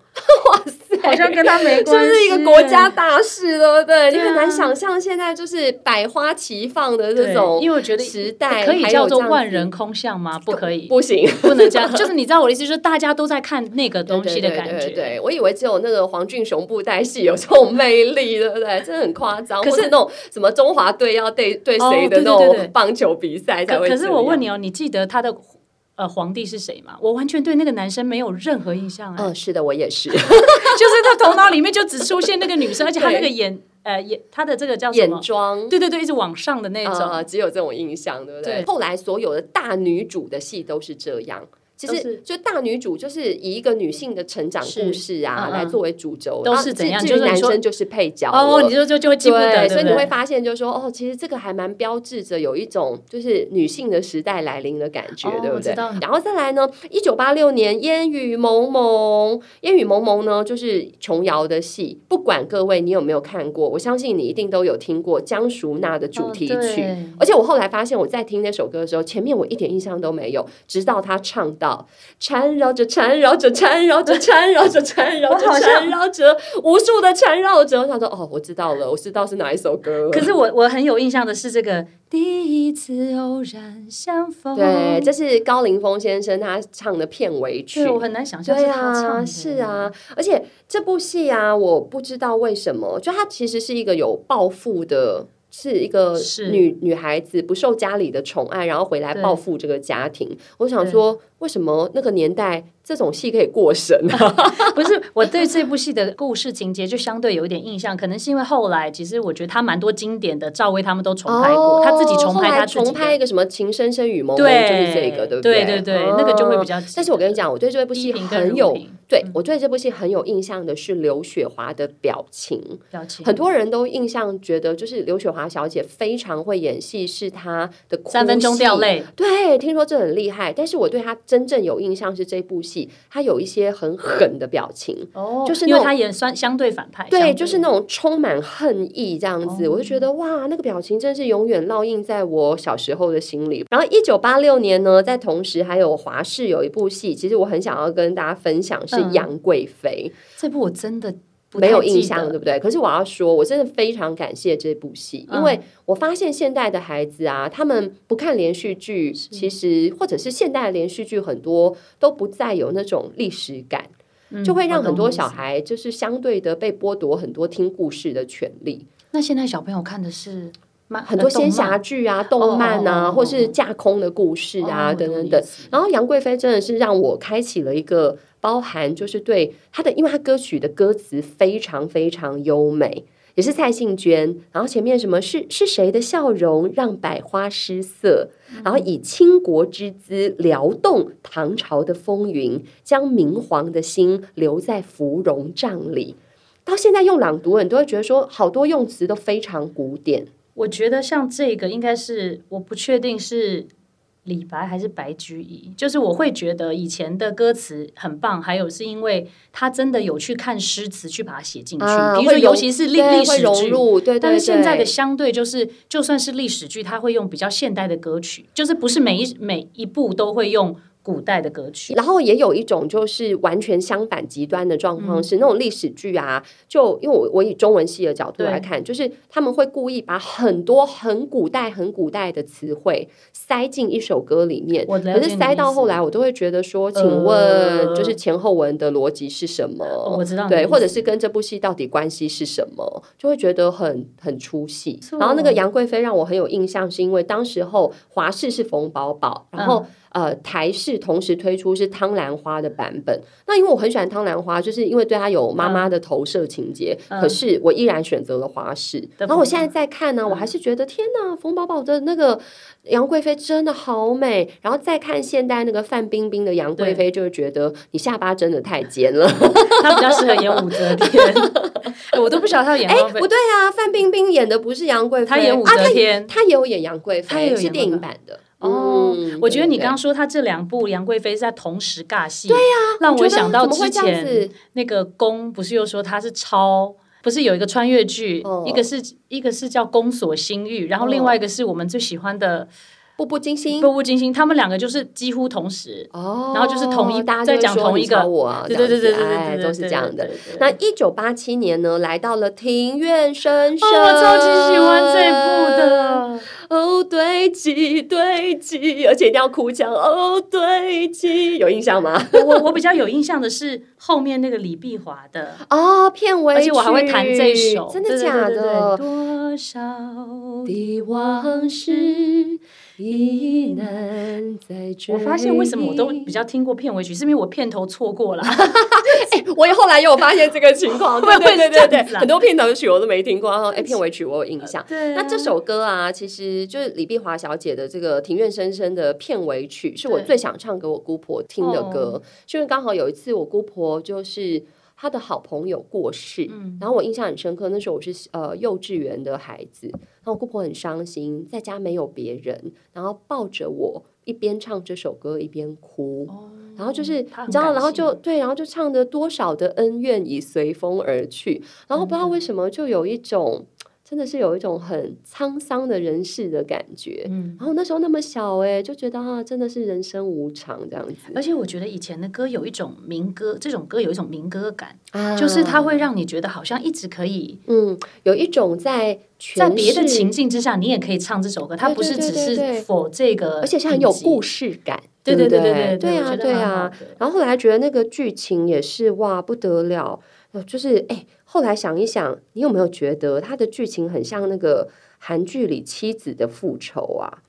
Speaker 3: 啊好像跟他没
Speaker 2: 是不
Speaker 3: 关系，
Speaker 2: 是一个国家大事，对不对？你
Speaker 3: 对啊
Speaker 2: 很难想象现在就是百花齐放的
Speaker 3: 对
Speaker 2: 这种
Speaker 3: 因为我觉得
Speaker 2: 时代，
Speaker 3: 可以
Speaker 2: 还有
Speaker 3: 叫做
Speaker 2: 这样
Speaker 3: 万
Speaker 2: 子
Speaker 3: 人空巷吗？不可以，
Speaker 2: 不行，
Speaker 3: 不 能这样，就是你知道我的意思，就是大家都在看那个东西的感
Speaker 2: 对对对对
Speaker 3: 觉。
Speaker 2: 对我以为只有那个黄俊雄布袋戏有这种魅力，对不对？真的很夸张。
Speaker 3: 可是
Speaker 2: 或那种什么中华队要对对
Speaker 3: 哦
Speaker 2: 谁的
Speaker 3: 对对
Speaker 2: 那
Speaker 3: 对对
Speaker 2: 种棒球比赛才
Speaker 3: 可
Speaker 2: 会
Speaker 3: 可是
Speaker 2: 这
Speaker 3: 我问
Speaker 2: 样
Speaker 3: 哦你哦，你记得他的呃皇帝是谁嘛，我完全对那个男生没有任何印象、哎
Speaker 2: 嗯，是的，我也是
Speaker 3: 就是他头脑里面就只出现那个女生，而且他那个眼呃眼他的这个叫什
Speaker 2: 眼
Speaker 3: 么？
Speaker 2: 妆。
Speaker 3: 对对对，一直往上的那种。
Speaker 2: 呃，只有这种印象，对不对？
Speaker 3: 对
Speaker 2: 后来所有的大女主的戏都是这样，其
Speaker 3: 都
Speaker 2: 实
Speaker 3: 是
Speaker 2: 就大女主就是以一个女性的成长故事啊
Speaker 3: 是嗯嗯
Speaker 2: 来作为主轴，
Speaker 3: 都
Speaker 2: 然后
Speaker 3: 是
Speaker 2: 至
Speaker 3: 怎样
Speaker 2: 至
Speaker 3: 就
Speaker 2: 于
Speaker 3: 是你
Speaker 2: 男
Speaker 3: 说
Speaker 2: 生就是配角
Speaker 3: 哦，
Speaker 2: 了
Speaker 3: 你就就就会记不得，
Speaker 2: 所以你
Speaker 3: 对不
Speaker 2: 会
Speaker 3: 对
Speaker 2: 发现，就是说，哦，其实这个还蛮标志着有一种就是女性的时代来临的感觉，
Speaker 3: 哦
Speaker 2: 对不
Speaker 3: 我
Speaker 2: 对
Speaker 3: 知道？
Speaker 2: 然后再来呢，一九八六年《烟雨蒙蒙》，《烟雨蒙蒙》呢就是琼瑶的戏，不管各位你有没有看过，我相信你一定都有听过江淑娜的主题
Speaker 3: 哦
Speaker 2: 曲。
Speaker 3: 对
Speaker 2: 而且我后来发现，我在听那首歌的时候，前面我一点印象都没有，直到他唱到“缠绕着，缠绕着，缠绕着，缠绕着，缠绕着，
Speaker 3: 我好像
Speaker 2: 缠绕着，无数的缠绕着”，我想说：“哦，我知道了，我知道是哪一首歌了。”
Speaker 3: 可是我我很有印象的是这个第一次偶然相逢，
Speaker 2: 对，这是高凌风先生他唱的片尾曲
Speaker 3: 对。我很难想象
Speaker 2: 对
Speaker 3: 是他唱
Speaker 2: 啊，
Speaker 3: 的，
Speaker 2: 是啊，，而且这部戏啊，我不知道为什么，就它其实是一个有抱负的，是一个
Speaker 3: 是
Speaker 2: 女女孩子不受家里的宠爱，然后回来
Speaker 3: 对
Speaker 2: 报复这个家庭。我想说，为什么那个年代这种戏可以过审啊？
Speaker 3: 不是，我对这部戏的故事情节就相对有一点印象，可能是因为后来其实我觉得他蛮多经典的，赵薇他们都重拍过，哦他自己重
Speaker 2: 哦后
Speaker 3: 拍
Speaker 2: 来
Speaker 3: 他自己的
Speaker 2: 重拍一个什么《情深深雨蒙蒙》，
Speaker 3: 对
Speaker 2: 就是这个，对不
Speaker 3: 对
Speaker 2: 对
Speaker 3: 对对那个就会比较
Speaker 2: 哦但是我跟你讲，我对这部
Speaker 3: 低
Speaker 2: 戏
Speaker 3: 频嗯跟
Speaker 2: 很
Speaker 3: 如
Speaker 2: 有
Speaker 3: 萍，
Speaker 2: 对我对这部戏很有印象的是刘雪华的表情。
Speaker 3: 表情，
Speaker 2: 很多人都印象觉得，就是刘雪华小姐非常会演戏，是她的哭
Speaker 3: 三分钟
Speaker 2: 戏
Speaker 3: 掉。泪，
Speaker 2: 对，听说这很厉害，但是我对她真正有印象是这部戏，她有一些很狠的表情，
Speaker 3: 哦
Speaker 2: 就是那
Speaker 3: 因为
Speaker 2: 种
Speaker 3: 他演相相对反派，
Speaker 2: 对，
Speaker 3: 相
Speaker 2: 就是那种充满恨意这样子，
Speaker 3: 哦
Speaker 2: 我就觉得哇，那个表情真是永远烙印在我小时候的心里。然后一九八六年呢，在同时还有华视有一部戏，其实我很想要跟大家分享是
Speaker 3: 嗯
Speaker 2: 《杨贵妃》
Speaker 3: 这部我真的不太
Speaker 2: 没有
Speaker 3: 记
Speaker 2: 印
Speaker 3: 得
Speaker 2: 象，对不对？可是我要说，我真的非常感谢这部戏，因
Speaker 3: 嗯
Speaker 2: 为我发现现代的孩子啊，他们不看连续剧，其实或者是现代的连续剧很多都不再有那种历史感，
Speaker 3: 嗯
Speaker 2: 就会让很多小。
Speaker 3: 我懂你意思
Speaker 2: 孩就是相对的被剥夺很多听故事的权利，
Speaker 3: 那现在小朋友看的是漫
Speaker 2: 很多仙
Speaker 3: 呃动
Speaker 2: 侠
Speaker 3: 漫
Speaker 2: 剧啊、动漫啊，
Speaker 3: 哦哦哦
Speaker 2: 或是架空的故事啊
Speaker 3: 哦
Speaker 2: 等等
Speaker 3: 我懂你
Speaker 2: 等
Speaker 3: 意。思
Speaker 2: 然后杨贵妃真的是让我开启了一个包含，就是对她的，因为她歌曲的歌词非常非常优美，也是蔡幸娟。然后前面什么是是谁的笑容让百花失色，然后以倾国之姿撩动唐朝的风云，将明皇的心留在芙蓉帐里。到现在用朗读，你都会觉得说好多用词都非常古典。
Speaker 3: 我觉得像这个应该是我不确定是李白还是白居易，就是我会觉得以前的歌词很棒，还有是因为他真的有去看诗词去把它写进去，
Speaker 2: 啊
Speaker 3: 比如
Speaker 2: 会
Speaker 3: 说尤
Speaker 2: 融
Speaker 3: 其是历
Speaker 2: 对
Speaker 3: 历史
Speaker 2: 会融
Speaker 3: 剧。
Speaker 2: 入，对对对。
Speaker 3: 但是现在的相对就是，就算是历史剧，它会用比较现代的歌曲，就是不是每一每一部都会用古代的歌曲。
Speaker 2: 然后也有一种就是完全相反极端的状
Speaker 3: 嗯
Speaker 2: 况是，那种历史剧啊，就因为我我以中文系的角度
Speaker 3: 对
Speaker 2: 来看，就是他们会故意把很多很古代、很古代的词汇塞进一首歌里面，
Speaker 3: 我了解
Speaker 2: 可是
Speaker 3: 你的
Speaker 2: 塞
Speaker 3: 意
Speaker 2: 到
Speaker 3: 思呃
Speaker 2: 后来，我都会觉得说，请问、就是前后文的逻辑是什么？
Speaker 3: 我知道你的
Speaker 2: 对，
Speaker 3: 意思
Speaker 2: 或者是跟这部戏到底关系是什么，就会觉得很很出戏。
Speaker 3: 错
Speaker 2: 然后那个杨贵妃让我很有印象，是因为当时候华视是冯宝宝，然后、
Speaker 3: 嗯
Speaker 2: 呃台视同时推出是汤兰花的版本。那因为我很喜欢汤兰花，就是因为对她有妈
Speaker 3: 嗯
Speaker 2: 妈的投射情节，可是我依然选择了华视。
Speaker 3: 的
Speaker 2: 然后我
Speaker 3: 嗯冯宝嗯
Speaker 2: 现在在看呢，我还是觉得天哪，冯宝宝的那个杨贵妃真的好美。然后再看现代那个范冰冰的杨贵妃，就会觉得你下巴真的太尖了。
Speaker 3: 他比较适合演武则 天，哎我都不晓得他有演
Speaker 2: 哎、
Speaker 3: 过没
Speaker 2: 不对啊，范冰冰演的不是杨贵妃，
Speaker 3: 他演武
Speaker 2: 啊，她
Speaker 3: 则天，
Speaker 2: 她也有演杨贵
Speaker 3: 她也
Speaker 2: 妃，
Speaker 3: 有
Speaker 2: 是
Speaker 3: 演
Speaker 2: 电影
Speaker 3: 过
Speaker 2: 版的。
Speaker 3: 哦
Speaker 2: 嗯，
Speaker 3: 我觉得你
Speaker 2: 对对
Speaker 3: 刚刚说他这两部《杨贵妃》是在同时尬戏，对呀、让
Speaker 2: 觉得
Speaker 3: 我想到
Speaker 2: 怎么
Speaker 3: 之
Speaker 2: 会这样
Speaker 3: 前
Speaker 2: 子
Speaker 3: 那个宫不是又说他是抄，不是有一个穿越剧，
Speaker 2: 哦
Speaker 3: 一个是一个是叫《宫锁心玉》，然后另外一个是我们最喜欢的
Speaker 2: 步步惊
Speaker 3: 《
Speaker 2: 心
Speaker 3: 步步惊心》，他们两个就是几乎同时，
Speaker 2: 哦，
Speaker 3: 然后就是同一
Speaker 2: 大家
Speaker 3: 在
Speaker 2: 就会
Speaker 3: 讲
Speaker 2: 说
Speaker 3: 同
Speaker 2: 你
Speaker 3: 一个
Speaker 2: 抄我啊，
Speaker 3: 对
Speaker 2: 这样
Speaker 3: 对对
Speaker 2: 子
Speaker 3: 对对
Speaker 2: 哎
Speaker 3: 对对，
Speaker 2: 都是这样的
Speaker 3: 对。。对对
Speaker 2: 那一九八七
Speaker 3: 哦
Speaker 2: 年呢，来到了庭院深深，
Speaker 3: 哦，我超级喜欢这一部的，
Speaker 2: 哦对击对击，而且一定要哭腔哦对击，有印象 吗？
Speaker 3: 我我我比较有印象的是后面那个李碧华的，
Speaker 2: 哦，片尾
Speaker 3: 而且我还会弹这
Speaker 2: 曲
Speaker 3: 首，
Speaker 2: 真的
Speaker 3: 对
Speaker 2: 假的？
Speaker 3: 对对对对多少的往事。，
Speaker 2: 已难再追
Speaker 3: 我发现为什么我都比较听过片尾曲，是因为我片头错过了。
Speaker 2: 我也后来也有发现这个情况，对
Speaker 3: 会
Speaker 2: 对
Speaker 3: 会
Speaker 2: 对
Speaker 3: 是
Speaker 2: 对
Speaker 3: 这
Speaker 2: 对
Speaker 3: 样子，啊
Speaker 2: 很多片头曲我都没听过，然后哎，片尾曲我有印象。
Speaker 3: 对
Speaker 2: 那这首歌啊，其实就是李碧华小姐的这个《庭院深深》的片尾曲，是我
Speaker 3: 对
Speaker 2: 最想唱给我姑婆听的歌
Speaker 3: 哦，
Speaker 2: 是因为刚好有一次我姑婆就是。她的好朋友过世，
Speaker 3: 嗯
Speaker 2: 然后我印象很深刻。那时候我是呃幼稚园的孩子，然后我姑婆很伤心，在家没有别人，然后抱着我一边唱这首歌一边哭。然后就是
Speaker 3: 哦他很
Speaker 2: 你知道，
Speaker 3: 感
Speaker 2: 然后
Speaker 3: 性
Speaker 2: 就对，然后就唱的多少的恩怨已随风而去，然后不知道为什么就有一种真的是有一种很沧桑的人世的感觉。
Speaker 3: 嗯，
Speaker 2: 然后那时候那么小哎、就觉得啊，真的是人生无常这样
Speaker 3: 而
Speaker 2: 子，
Speaker 3: 且我觉得以前的歌有一种民歌，这种歌有一种民歌感，
Speaker 2: 啊
Speaker 3: 就是它会让你觉得好像一直可以
Speaker 2: 嗯有一种在诠
Speaker 3: 在别的
Speaker 2: 释
Speaker 3: 情，境之下，你也可以唱这首歌，它
Speaker 2: 对
Speaker 3: 不是
Speaker 2: 对
Speaker 3: 只
Speaker 2: 对对对
Speaker 3: 是否这个，
Speaker 2: 而且是很有故
Speaker 3: 事。
Speaker 2: 事感，
Speaker 3: 对
Speaker 2: 对
Speaker 3: 对
Speaker 2: 不对
Speaker 3: 对对我
Speaker 2: 啊
Speaker 3: 觉得
Speaker 2: 对
Speaker 3: 蛮
Speaker 2: 啊
Speaker 3: 好，的
Speaker 2: 然后后来觉得那个剧情也是哇不得了，呃就是哎、后来想一想，你有没有觉得它的剧情很像那个韩剧里《妻子的复仇》啊？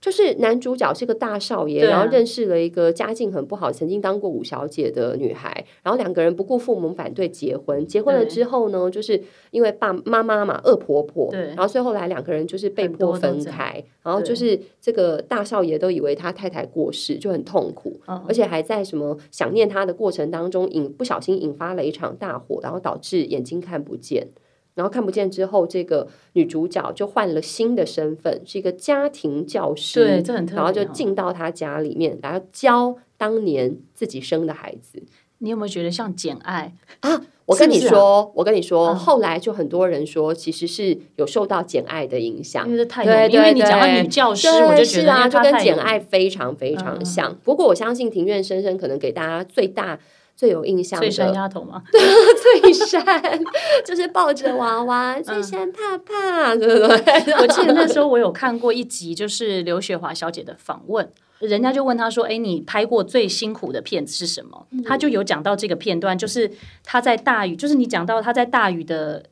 Speaker 2: 就是男主角是个大少爷，
Speaker 3: 对啊
Speaker 2: 然后认识了一个家境很不好、曾经当过五小姐的女孩，然后两个人不顾父母反对结婚。结婚了
Speaker 3: 对
Speaker 2: 之后呢，就是因为爸妈妈嘛，恶婆婆，
Speaker 3: 对
Speaker 2: 然后所以后来两个人就是被
Speaker 3: 很
Speaker 2: 迫
Speaker 3: 多都
Speaker 2: 分
Speaker 3: 这样
Speaker 2: 开，然后就
Speaker 3: 对
Speaker 2: 是这个大少爷都以为他太太过世，就很痛苦，
Speaker 3: 嗯
Speaker 2: 而且还在什么想念他的过程当中引不小心引发了一场大火，然后导致眼睛看不见。然后看不见之后，这个女主角就换了新的身份，是一个家庭教师，
Speaker 3: 对这很特别
Speaker 2: 然后就
Speaker 3: 哦
Speaker 2: 进到他家里面，然后教当年自己生的孩子。
Speaker 3: 你有没有觉得像《简爱
Speaker 2: 我跟你
Speaker 3: 是不是啊
Speaker 2: 说，我跟你说，
Speaker 3: 嗯
Speaker 2: 后来就很多人说，其实是有受到《简爱》的影》？响
Speaker 3: 因。为这太有
Speaker 2: 对
Speaker 3: 名，因为你
Speaker 2: 对
Speaker 3: 讲到
Speaker 2: 对
Speaker 3: 女教师，
Speaker 2: 对
Speaker 3: 我就觉
Speaker 2: 是
Speaker 3: 得因
Speaker 2: 啊，
Speaker 3: 为
Speaker 2: 就
Speaker 3: 它
Speaker 2: 跟《
Speaker 3: 太有
Speaker 2: 简
Speaker 3: 名
Speaker 2: 爱》非常非常
Speaker 3: 嗯
Speaker 2: 像。不过我相信《庭院深深》可能给大家最大最有印象的
Speaker 3: 醉山丫头嘛，
Speaker 2: 翠山， 就是抱着娃娃，
Speaker 3: 嗯
Speaker 2: 翠山怕怕，对不对？
Speaker 3: 我记得那时候我有看过一集，就是刘雪华小姐的访问，人家就问她说：“哎，你拍过最辛苦的片子是什么？”她就有讲到这个片段，就是她在大雨，就是你讲到她在大雨的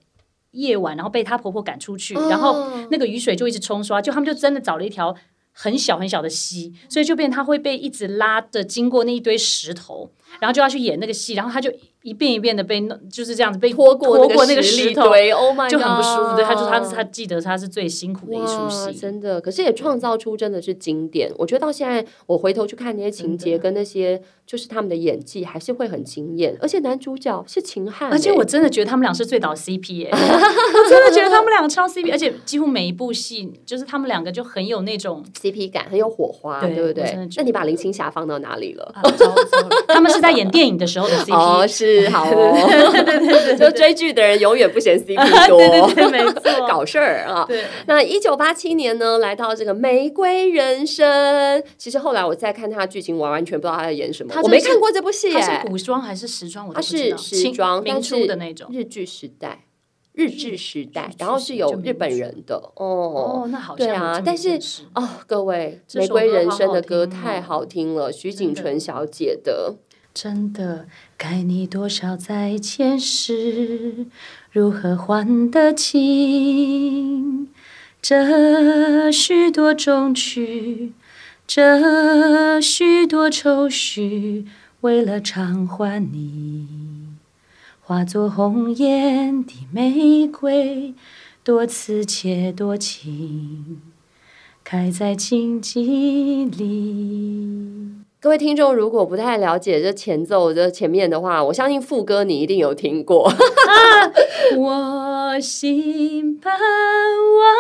Speaker 3: 夜晚，然后被她婆婆赶出去，然后
Speaker 2: 哦
Speaker 3: 那个雨水就一直冲刷，就他们就真的找了一条。很小很小的溪，所以就变她会被一直拉着经过那一堆石头，然后就要去演那个戏，然后她就一遍一遍的被弄，就是这样子被
Speaker 2: 拖过
Speaker 3: 拖过那个
Speaker 2: 实
Speaker 3: 石
Speaker 2: 力
Speaker 3: 头，
Speaker 2: 堆，Oh my，
Speaker 3: 就很不舒服。对，他就他
Speaker 2: God
Speaker 3: 他记得他是最辛苦的一出
Speaker 2: 哇
Speaker 3: 戏，
Speaker 2: 真的。可是也创造出真的是经典。我觉得到现在，我回头去看那些情节跟那些，就是他们的演技，还是会很惊艳。而且男主角是秦汉欸、
Speaker 3: 而且我真的觉得他们俩是最早 CP 耶、我真的觉得他们俩超 CP，而且几乎每一部戏就是他们两个就很有那种
Speaker 2: CP 感很有火花，
Speaker 3: 对
Speaker 2: 不
Speaker 3: 我真的
Speaker 2: 对？
Speaker 3: 觉
Speaker 2: 那
Speaker 3: 得
Speaker 2: 你把林青霞放到哪里了？
Speaker 3: 啊，糟糟了 他们是在演电影的时候的
Speaker 2: 哦，
Speaker 3: CP，
Speaker 2: 是好哦，
Speaker 3: 对对 对
Speaker 2: 就追剧的人永远不嫌 CP 多，
Speaker 3: 对对 对，没错，
Speaker 2: 搞事儿啊。
Speaker 3: 对。
Speaker 2: 那一九八七年呢，来到这个《玫瑰人生》。其实后来我再看他的剧情，我完全不知道他在演什么
Speaker 3: 他，
Speaker 2: 我
Speaker 3: 真
Speaker 2: 没
Speaker 3: 是
Speaker 2: 看过这部戏
Speaker 3: 他
Speaker 2: 耶、
Speaker 3: 是古装还是时装？我都
Speaker 2: 它
Speaker 3: 不知
Speaker 2: 是
Speaker 3: 道
Speaker 2: 时
Speaker 3: 清
Speaker 2: 装，
Speaker 3: 明
Speaker 2: 但
Speaker 3: 初
Speaker 2: 是
Speaker 3: 的那种。
Speaker 2: 日剧时代，日治时代
Speaker 3: 日，
Speaker 2: 然后
Speaker 3: 剧
Speaker 2: 是
Speaker 3: 时
Speaker 2: 有
Speaker 3: 就
Speaker 2: 日本
Speaker 3: 明
Speaker 2: 人的哦。
Speaker 3: 哦，那好像
Speaker 2: 对啊
Speaker 3: 我真
Speaker 2: 但
Speaker 3: 的
Speaker 2: 是
Speaker 3: 认识
Speaker 2: 哦，各位，《
Speaker 3: 这
Speaker 2: 玫
Speaker 3: 首
Speaker 2: 瑰
Speaker 3: 歌
Speaker 2: 人
Speaker 3: 好
Speaker 2: 生》
Speaker 3: 好
Speaker 2: 的歌
Speaker 3: 听
Speaker 2: 太
Speaker 3: 哦
Speaker 2: 好听了，徐
Speaker 3: 真
Speaker 2: 锦
Speaker 3: 的
Speaker 2: 纯小姐的。
Speaker 3: 真的，该你多少再见时，如何还得清？这许多衷曲，这许多愁绪，为了偿还你，化作红颜的玫瑰，多刺且多情，开在荆棘里。
Speaker 2: 各位听众，如果不太了解这前奏这前面的话，我相信副歌你一定有听过。
Speaker 3: 我心盼望，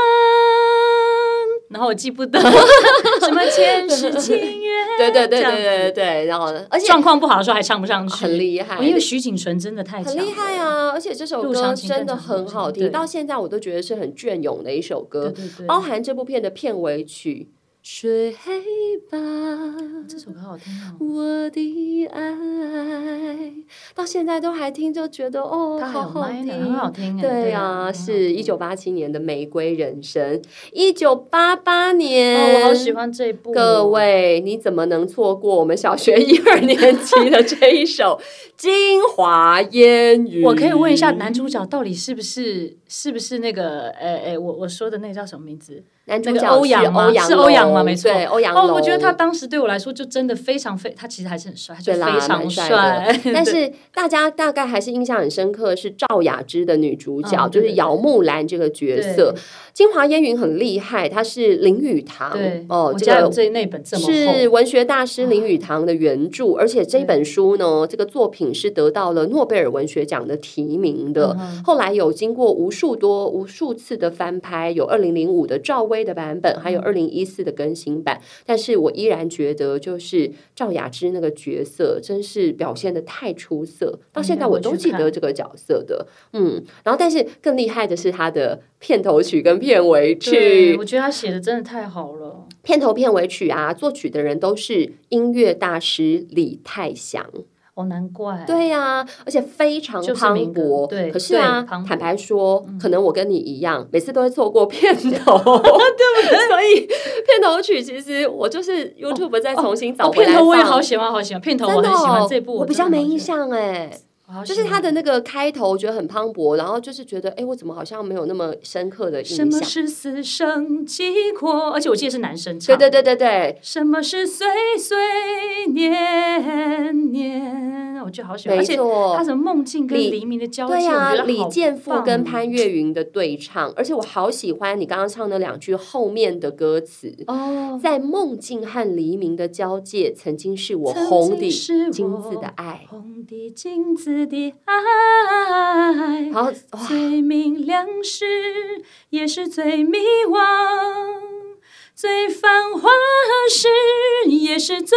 Speaker 3: 然后我记不得 什么前世情缘，
Speaker 2: 对对对
Speaker 3: 这样
Speaker 2: 对
Speaker 3: 子
Speaker 2: 对对，然后呢，而且
Speaker 3: 状况不好的时候还唱不上去，
Speaker 2: 很厉害，
Speaker 3: 因为徐锦纯真的太强
Speaker 2: 很
Speaker 3: 了
Speaker 2: 厉害！啊！而且这首
Speaker 3: 陆
Speaker 2: 歌
Speaker 3: 湘琴
Speaker 2: 真
Speaker 3: 更
Speaker 2: 的
Speaker 3: 常用
Speaker 2: 很好
Speaker 3: 对
Speaker 2: 听，到现在我都觉得是很隽永的一首歌
Speaker 3: 对。对对，
Speaker 2: 包含这部片的片尾曲。水黑吧，
Speaker 3: 这首歌好听哦。
Speaker 2: 我的爱，到现在都还听，就觉得哦，
Speaker 3: 它还
Speaker 2: 好
Speaker 3: 有
Speaker 2: 好
Speaker 3: minor，
Speaker 2: 听，
Speaker 3: 很好听哎。
Speaker 2: 对呀、啊，是一九八七年的《玫瑰人生》，一九八八年、
Speaker 3: 哦，我好喜。欢这一部。
Speaker 2: 各，位，你怎么能错过我们小学一二年级的这一 首《精华烟雨》？
Speaker 3: 我可以问一下男主角到底是不是是不是那个？呃呃，我我说的那个叫什么名字？
Speaker 2: 男主
Speaker 3: 那个
Speaker 2: 角
Speaker 3: 欧
Speaker 2: 是
Speaker 3: 阳吗
Speaker 2: 欧阳
Speaker 3: 是欧阳吗
Speaker 2: 龙
Speaker 3: 没错
Speaker 2: 对，欧阳
Speaker 3: 哦，我觉得
Speaker 2: 龙
Speaker 3: 他当时对我来说就真的非常非，他其实还是很帅，他就
Speaker 2: 对啦
Speaker 3: 非常
Speaker 2: 蛮帅的 但
Speaker 3: 对
Speaker 2: 是大家大概还是印象很深刻是赵雅芝的女主角，
Speaker 3: 嗯
Speaker 2: 就
Speaker 3: 对
Speaker 2: 是
Speaker 3: 对
Speaker 2: 姚木兰这个角色。金华烟云很厉害，她是林语堂
Speaker 3: 对，
Speaker 2: 哦
Speaker 3: 我，
Speaker 2: 这
Speaker 3: 家有
Speaker 2: 个
Speaker 3: 这那本这么厚，嗯
Speaker 2: 是文学大师林语堂的原著，而且这本书呢，这个作品是得到了诺贝尔文学奖的提名的。
Speaker 3: 嗯哼
Speaker 2: 后来有经过无数多、无数次的翻拍，有二零零五的赵薇的版
Speaker 3: 嗯
Speaker 2: 本，还有二零一四的更新版。但是我依然觉得，就是赵雅芝那个角色，真是表现的太出色，
Speaker 3: 哎
Speaker 2: 到现在我都记得这个角色的。嗯，然后但是更厉害的是她的片头曲跟片尾曲
Speaker 3: 对，我，觉得他写的真的太好了。
Speaker 2: 片头片尾曲啊，作曲的人都是音乐大师李泰祥。
Speaker 3: 哦，难怪。
Speaker 2: 对呀、而且非常
Speaker 3: 就是
Speaker 2: 磅
Speaker 3: 民歌
Speaker 2: 礴。
Speaker 3: 对
Speaker 2: 可是啊
Speaker 3: 对磅，礴嗯
Speaker 2: 坦白说，可能我跟你一样，每次都会错过片 头，对不对？所以片头曲其实我就是 YouTube 再重新找
Speaker 3: 哦，
Speaker 2: 回来
Speaker 3: 片
Speaker 2: 放。
Speaker 3: 头我也好喜欢，好喜欢片头，
Speaker 2: 真
Speaker 3: 我
Speaker 2: 的
Speaker 3: 很
Speaker 2: 哦、
Speaker 3: 喜欢这部，
Speaker 2: 我比
Speaker 3: 真
Speaker 2: 较
Speaker 3: 的
Speaker 2: 没
Speaker 3: 好喜
Speaker 2: 印
Speaker 3: 欢，
Speaker 2: 象哎。
Speaker 3: 我好喜
Speaker 2: 就是它
Speaker 3: 欢
Speaker 2: 的那个开头，我觉得很磅礴，然后就是觉得，哎，我怎么好像没有那么深刻的
Speaker 3: 什
Speaker 2: 印
Speaker 3: 么
Speaker 2: 象？
Speaker 3: 是死生契阔，而且我记得是男生
Speaker 2: 对
Speaker 3: 唱，
Speaker 2: 对对对对，
Speaker 3: 什么是岁岁年年？我觉得好喜欢，
Speaker 2: 没
Speaker 3: 而且
Speaker 2: 错
Speaker 3: 他什么梦境跟
Speaker 2: 李
Speaker 3: 黎明的交
Speaker 2: 对
Speaker 3: 界，
Speaker 2: 呀、
Speaker 3: 我觉得
Speaker 2: 李
Speaker 3: 好
Speaker 2: 健富
Speaker 3: 棒
Speaker 2: 跟
Speaker 3: 哦
Speaker 2: 潘越云的对唱，而且我好喜欢你刚刚唱那两句后面的歌词。
Speaker 3: 哦，
Speaker 2: 在梦境和黎明的交界，曾经是我
Speaker 3: 曾
Speaker 2: 红
Speaker 3: 经
Speaker 2: 底
Speaker 3: 是
Speaker 2: 金
Speaker 3: 我
Speaker 2: 子的爱。
Speaker 3: 红的金子的爱，
Speaker 2: 然后哇，
Speaker 3: 最明亮时，也是最迷惘；最繁华时，也是最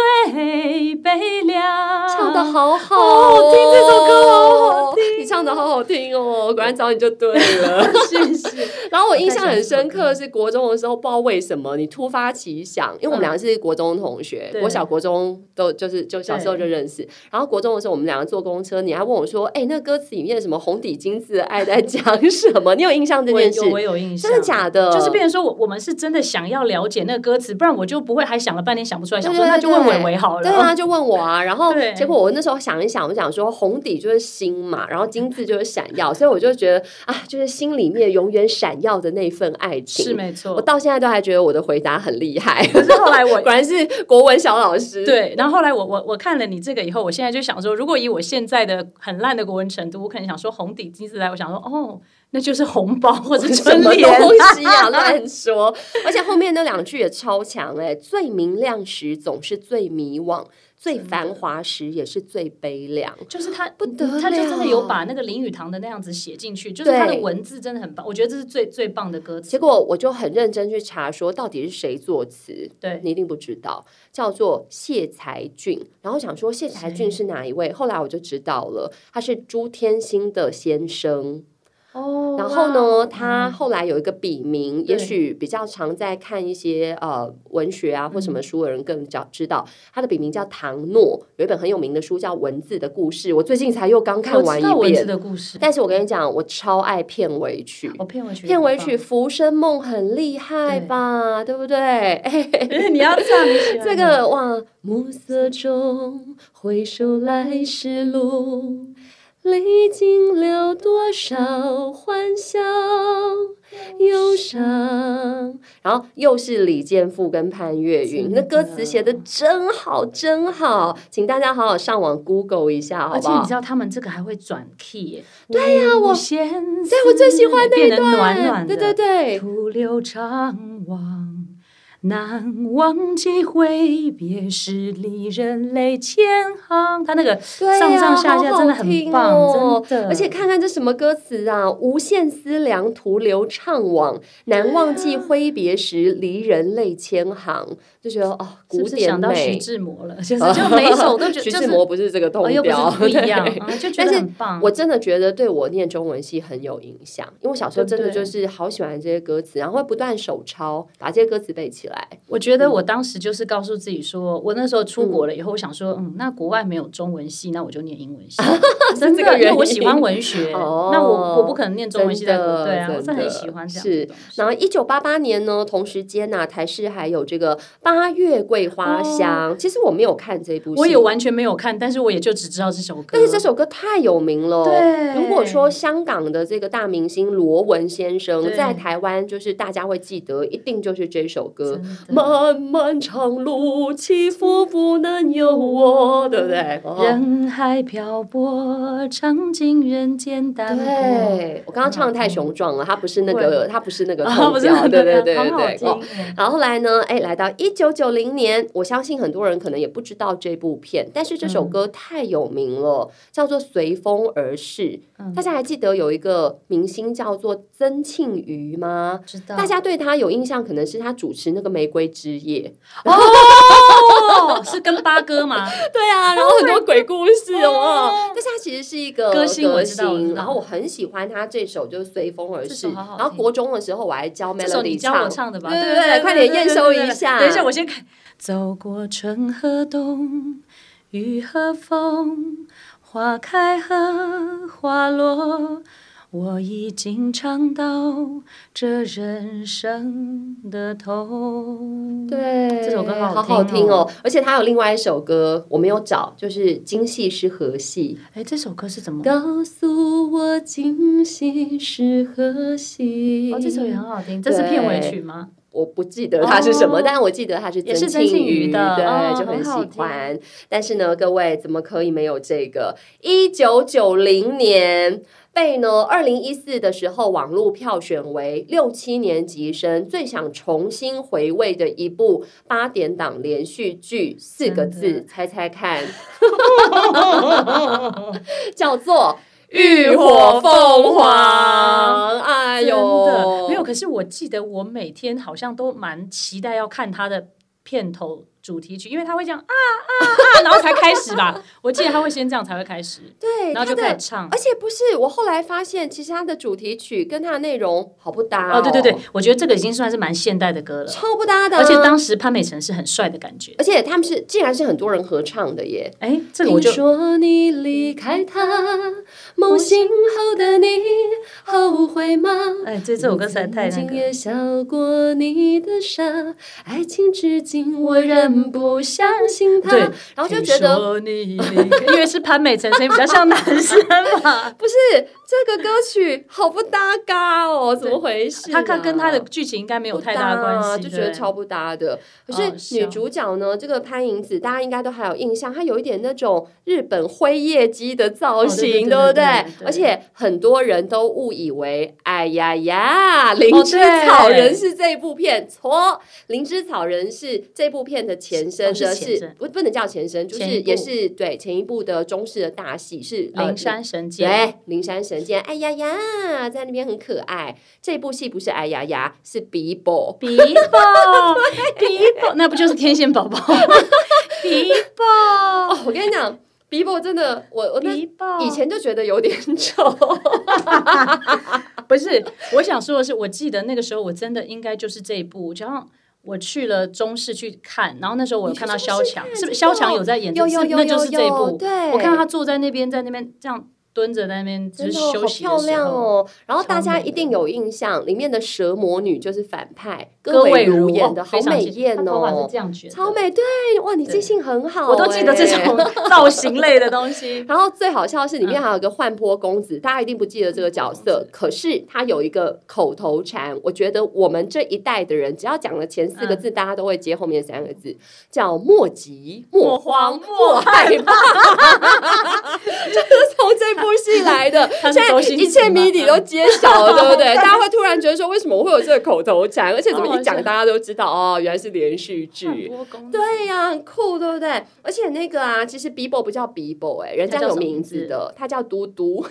Speaker 3: 悲凉。
Speaker 2: 唱的好好、
Speaker 3: 哦听这首歌好
Speaker 2: 好听，你唱的好好听哦，果然找你就对了。
Speaker 3: 是是，
Speaker 2: 然后我印象很深刻是国中的时候，不知道为什么你突发奇想，因为我们两个是国中同学，
Speaker 3: 嗯对
Speaker 2: 国小、国中都就是就小时候就认识。然后国中的时候，我们两个坐公车，你还问我说：“哎、那歌词里面什么红底金字的爱在讲什么？”你有印象这
Speaker 3: 我
Speaker 2: 件事
Speaker 3: 有？我有印象，
Speaker 2: 真的假的？
Speaker 3: 就是变成说我我们是真的想要了解那个歌词，不然我就不会还想了半天想不出来，
Speaker 2: 对
Speaker 3: 想说
Speaker 2: 对
Speaker 3: 那
Speaker 2: 对
Speaker 3: 就问
Speaker 2: 对
Speaker 3: 伟伟好了。
Speaker 2: 对啊，就问我啊，然后
Speaker 3: 对
Speaker 2: 结果我那时候想一想，我想说红底就是星嘛，然后金字就是闪耀，所以我就觉得啊，就是心里面永远闪耀的那份爱情。
Speaker 3: 是没错
Speaker 2: 我。到现在都还觉得我的回答很厉害，
Speaker 3: 可是后来 我
Speaker 2: 果然是国文小老师。，
Speaker 3: 对，然后后来我我我看了你这个以后，我现在就想说，如果以我现在的很烂的国文程度，我可能想说红底金字来，我想说哦，那就是红包或 者
Speaker 2: 什
Speaker 3: 春
Speaker 2: 么
Speaker 3: 联。
Speaker 2: 东西 啊？乱说！而且后面那两句也超强哎、最明亮时总是最迷惘，最繁华时也是最悲凉。
Speaker 3: 就是他
Speaker 2: 不得
Speaker 3: 他就真的有
Speaker 2: 了
Speaker 3: 把那个林语堂的那样子写进去，就是他的
Speaker 2: 对
Speaker 3: 文字真的很棒，我觉得这是最最棒的歌词。
Speaker 2: 结果我就很认真去查，说到底是谁作词，
Speaker 3: 对，
Speaker 2: 你一定不知道，叫做谢才俊。然后想说谢才俊是哪一位，后来我就知道了，他是朱天心的先生。
Speaker 3: 哦嗯
Speaker 2: 然后呢，他后来有一个笔名，也
Speaker 3: 对
Speaker 2: 许比较常在看一些呃文学啊或什
Speaker 3: 嗯
Speaker 2: 么书的人更早知道，他的笔名叫唐诺，有一本很有名的书叫《文字的故事》，我最近才又刚看
Speaker 3: 哦我
Speaker 2: 完
Speaker 3: 知道
Speaker 2: 一
Speaker 3: 文字
Speaker 2: 遍。
Speaker 3: 的故事，
Speaker 2: 但是我跟你讲，我超爱片尾曲。
Speaker 3: 哦，片尾曲也
Speaker 2: 片
Speaker 3: 很
Speaker 2: 尾
Speaker 3: 棒
Speaker 2: 曲《 浮生梦》很厉害吧，对不对？哎，
Speaker 3: 你要唱你喜欢
Speaker 2: 这
Speaker 3: 的
Speaker 2: 个哇，暮色中回首来时路，历经了多少欢笑忧伤。然后又是李健富跟潘越云，
Speaker 3: 真
Speaker 2: 那
Speaker 3: 的
Speaker 2: 歌词写的真好，真好，请大家好好上网 Google 一下，好
Speaker 3: 而
Speaker 2: 不
Speaker 3: 且你
Speaker 2: 好
Speaker 3: 知？道他们这个还会转 key 耶、对呀、我对
Speaker 2: 对，我最喜欢那一
Speaker 3: 变得
Speaker 2: 段，
Speaker 3: 暖暖的，
Speaker 2: 对对对，
Speaker 3: 徒留长望，难忘记挥别时离人泪千行。他那个
Speaker 2: 对
Speaker 3: 上
Speaker 2: 呀
Speaker 3: 上下下
Speaker 2: 好好
Speaker 3: 真的很
Speaker 2: 听
Speaker 3: 棒，
Speaker 2: 哦
Speaker 3: 真的。
Speaker 2: 而且看看这什么歌词啊！无限思量，徒留怅惘，难忘记挥别时，离人泪千行。就觉得哦，古
Speaker 3: 是不是
Speaker 2: 典
Speaker 3: 想到徐
Speaker 2: 美，
Speaker 3: 志 摩了？就是就每一首都 觉得
Speaker 2: 徐
Speaker 3: 就
Speaker 2: 志
Speaker 3: 是
Speaker 2: 摩不是这个痛
Speaker 3: 哦，又不
Speaker 2: 调，
Speaker 3: 是不一 样，
Speaker 2: 对
Speaker 3: 嗯就觉
Speaker 2: 但
Speaker 3: 得
Speaker 2: 是
Speaker 3: 很棒。
Speaker 2: 我真的觉得对我念中文系很有影响，因为我小时候
Speaker 3: 对
Speaker 2: 真
Speaker 3: 不
Speaker 2: 的
Speaker 3: 对
Speaker 2: 就是好喜欢这些歌词，然后会不断手抄，把这些歌词背起来。
Speaker 3: 我觉得我当时就是告诉自己说，我那时候出国了以后，我想说，嗯，那国外没有中文系，那我就念英文系， 真
Speaker 2: 这个
Speaker 3: 的，因
Speaker 2: 原
Speaker 3: 为
Speaker 2: 因
Speaker 3: 我喜欢文学，
Speaker 2: 哦
Speaker 3: 那我我不可能念中文系在
Speaker 2: 真的
Speaker 3: 国对啊，我
Speaker 2: 真
Speaker 3: 是
Speaker 2: 的
Speaker 3: 很喜欢这样
Speaker 2: 是
Speaker 3: 的东西
Speaker 2: 然后一九八八年呢，同时间呐、台视还有这个《八月桂花香》其实我没有看这部戏，
Speaker 3: 哦我也完全没有看，但是我也就只知道这首歌。
Speaker 2: 但是这首歌太有名了。
Speaker 3: 对
Speaker 2: 如果说香港的这个大明星罗文先生
Speaker 3: 对
Speaker 2: 在台湾，就是大家会记得，一定就是这首歌
Speaker 3: 真的。
Speaker 2: 漫漫长路，祈福不能有我，对不对？哦
Speaker 3: 人海漂泊，尝尽人间淡泊。
Speaker 2: 对，我刚刚唱的太雄壮了，它不是那个，它不是那个
Speaker 3: 嗯啊
Speaker 2: 痛
Speaker 3: 不是
Speaker 2: 调，
Speaker 3: 那
Speaker 2: 对对
Speaker 3: 个
Speaker 2: 对
Speaker 3: 好好
Speaker 2: 对对。
Speaker 3: 听
Speaker 2: 哦
Speaker 3: 耶
Speaker 2: 然后后来呢？哎，来到一九九零年，我相信很多人可能也不知道这部片，但是这首
Speaker 3: 嗯
Speaker 2: 歌太有名了，叫做《随风而逝》。
Speaker 3: 嗯
Speaker 2: 大家还记得有一个明星叫做曾庆瑜吗？
Speaker 3: 知道
Speaker 2: 大家对他有印象，可能是他主持那个《玫瑰之夜
Speaker 3: 哦，是跟八哥吗？》。
Speaker 2: 对啊，然后很多鬼故事哦。
Speaker 3: 哦
Speaker 2: 但是他其实是一个
Speaker 3: 歌星
Speaker 2: 歌
Speaker 3: 我知道我知
Speaker 2: 星，
Speaker 3: 道
Speaker 2: 然后我很喜欢他这首就是《随风而
Speaker 3: 这
Speaker 2: 逝
Speaker 3: 首》。好好
Speaker 2: 然后
Speaker 3: 听
Speaker 2: 国中的时候我还教
Speaker 3: 这首你
Speaker 2: Melody
Speaker 3: 教我唱的吧？
Speaker 2: 对
Speaker 3: 对
Speaker 2: 对
Speaker 3: 对，
Speaker 2: 快点
Speaker 3: 对
Speaker 2: 验
Speaker 3: 对
Speaker 2: 收
Speaker 3: 对对
Speaker 2: 一
Speaker 3: 对
Speaker 2: 下
Speaker 3: 等一下，我先看。走过春和冬，雨和风，花开和花落，我已经尝到这人生的痛。
Speaker 2: 对，
Speaker 3: 嗯这首歌
Speaker 2: 好
Speaker 3: 好
Speaker 2: 好
Speaker 3: 听
Speaker 2: 听
Speaker 3: 哦
Speaker 2: 哦，而且他有另外一首歌，我没有找，就是京戏是何戏？
Speaker 3: 哎，这首歌是怎么？
Speaker 2: 告诉我京戏是何戏？
Speaker 3: 哦，这首也很好听，这是片尾 曲吗？
Speaker 2: 我不记得它是什么，
Speaker 3: 哦
Speaker 2: 但是我记得它是
Speaker 3: 也是
Speaker 2: 曾
Speaker 3: 曾
Speaker 2: 庆
Speaker 3: 庆瑜的
Speaker 2: 对，
Speaker 3: 哦
Speaker 2: 就很
Speaker 3: 很好
Speaker 2: 喜欢。但是呢，各位怎么可以没有这个？一九九零年。被呢，二零一四的时候网络票选为六七年级生最想重新回味的一部八点档连续剧，四个
Speaker 3: 真
Speaker 2: 字
Speaker 3: 的，
Speaker 2: 猜猜 看，叫做《浴火凤凰》。哎
Speaker 3: 真的
Speaker 2: 呦，
Speaker 3: 没有。可是我记得我每天好像都蛮期待要看他的片头主题曲，因为他会这样啊啊啊，然后才开始 吧。我记得他会先这样才会开始，
Speaker 2: 对，
Speaker 3: 然后就
Speaker 2: 它的
Speaker 3: 开始唱
Speaker 2: 而。且不是，我后来发现，其实它的主题曲跟它的内容好不搭
Speaker 3: 哦，对对对，，我觉得这个已经算是蛮现代的歌了，
Speaker 2: 超不搭的啊。
Speaker 3: 而且当时潘美辰是很帅的感觉。
Speaker 2: 而且他们是竟然是很多人合唱的耶。
Speaker 3: 哎，这个我就
Speaker 2: 听说你离开他，梦醒后的你后悔吗？
Speaker 3: 哎，这这首歌实在太那
Speaker 2: 曾经
Speaker 3: 个。
Speaker 2: 也笑过你的傻，爱情至今我仍不相信它。
Speaker 3: 对
Speaker 2: 然后就觉得
Speaker 3: 听说你 离开因为是潘美辰，所以比较像男生嘛。
Speaker 2: 不是啊这个歌曲好不搭嘎哦，怎么回事、
Speaker 3: 他
Speaker 2: 啊？
Speaker 3: 看跟他的剧情应该没有太大的关
Speaker 2: 不搭啊
Speaker 3: 系，
Speaker 2: 就觉
Speaker 3: 对哦
Speaker 2: 得超不搭的。可
Speaker 3: 好
Speaker 2: 是女
Speaker 3: 笑
Speaker 2: 主角呢，这个潘迎紫，大家应该都还有印象，她有一点那种日本灰夜姬的造
Speaker 3: 哦
Speaker 2: 型，
Speaker 3: 对
Speaker 2: 对
Speaker 3: 对
Speaker 2: 不
Speaker 3: 对对对对
Speaker 2: 而且很多人都误以为，哎呀呀，《灵
Speaker 3: 哦
Speaker 2: 芝
Speaker 3: 对
Speaker 2: 草人》是这部片，错，《灵芝草人》是这部片的前身，
Speaker 3: 哦是
Speaker 2: 的
Speaker 3: 前身
Speaker 2: 不不能叫前身，就是
Speaker 3: 前一部
Speaker 2: 也是对前一部的中式的大戏是呃
Speaker 3: 灵山神剑。
Speaker 2: 对，灵山神剑，哎呀呀，在那边很可爱。这部戏不是哎呀呀，是 Bibo。
Speaker 3: b i b o b i b o 那不就是天线宝宝 吗 b i b o
Speaker 2: 哦，我跟你讲，Bibo 真的，我我
Speaker 3: b
Speaker 2: 那
Speaker 3: i b o
Speaker 2: 以前就觉得有点 丑。
Speaker 3: 不是，我想说的是，我记得那个时候我真的应该就是这一部，就像我去了中视去看，然后那时候我有看到萧强，是不是萧强有在演这
Speaker 2: 有
Speaker 3: 部？
Speaker 2: 有有
Speaker 3: 那就是这一
Speaker 2: 有有
Speaker 3: 部。
Speaker 2: 对
Speaker 3: 我看到他坐在那边，在那边这样蹲着，在那边就
Speaker 2: 真
Speaker 3: 是
Speaker 2: 的哦
Speaker 3: 休
Speaker 2: 好
Speaker 3: 息
Speaker 2: 漂
Speaker 3: 的时
Speaker 2: 亮
Speaker 3: 候。
Speaker 2: 哦！然后大
Speaker 3: 超
Speaker 2: 家
Speaker 3: 美
Speaker 2: 一定有印象，里面的蛇魔女就是反派，
Speaker 3: 歌
Speaker 2: 伟
Speaker 3: 伟
Speaker 2: 如
Speaker 3: 如
Speaker 2: 演的，
Speaker 3: 哦
Speaker 2: 好
Speaker 3: 非常
Speaker 2: 美
Speaker 3: 记得
Speaker 2: 艳
Speaker 3: 她头发是
Speaker 2: 哦
Speaker 3: 这，样卷的，
Speaker 2: 超美。对，哇，你记
Speaker 3: 对
Speaker 2: 性很好，
Speaker 3: 我都记得这
Speaker 2: 哎
Speaker 3: 种 造型类的东西。
Speaker 2: 然后最好笑的是，里
Speaker 3: 嗯
Speaker 2: 面还有一个换坡公子，大家一定不记得这个角色，可是他有一个口头禅，我觉得我们这一代的人，只要讲了前四
Speaker 3: 嗯
Speaker 2: 个字，大家都会接后面三个字，叫莫急、莫慌、
Speaker 3: 莫慌
Speaker 2: 莫害怕， 就是从这部戏来的。
Speaker 3: 他
Speaker 2: 现在
Speaker 3: 是周星驰
Speaker 2: 一切
Speaker 3: 吗
Speaker 2: 谜底都揭晓了，对不 对？大家会突然觉得说，为什么我会有这个口头禅？而且怎么一
Speaker 3: 好好
Speaker 2: 讲，
Speaker 3: 笑
Speaker 2: 大家都知道哦，原来是连续剧。
Speaker 3: 对
Speaker 2: 对呀、很酷，对不对？而且那个啊，其实 Bibo 不叫 Bibo 哎、人家
Speaker 3: 他叫
Speaker 2: 有
Speaker 3: 什么
Speaker 2: 名
Speaker 3: 名
Speaker 2: 字
Speaker 3: 字
Speaker 2: 的，他叫嘟嘟。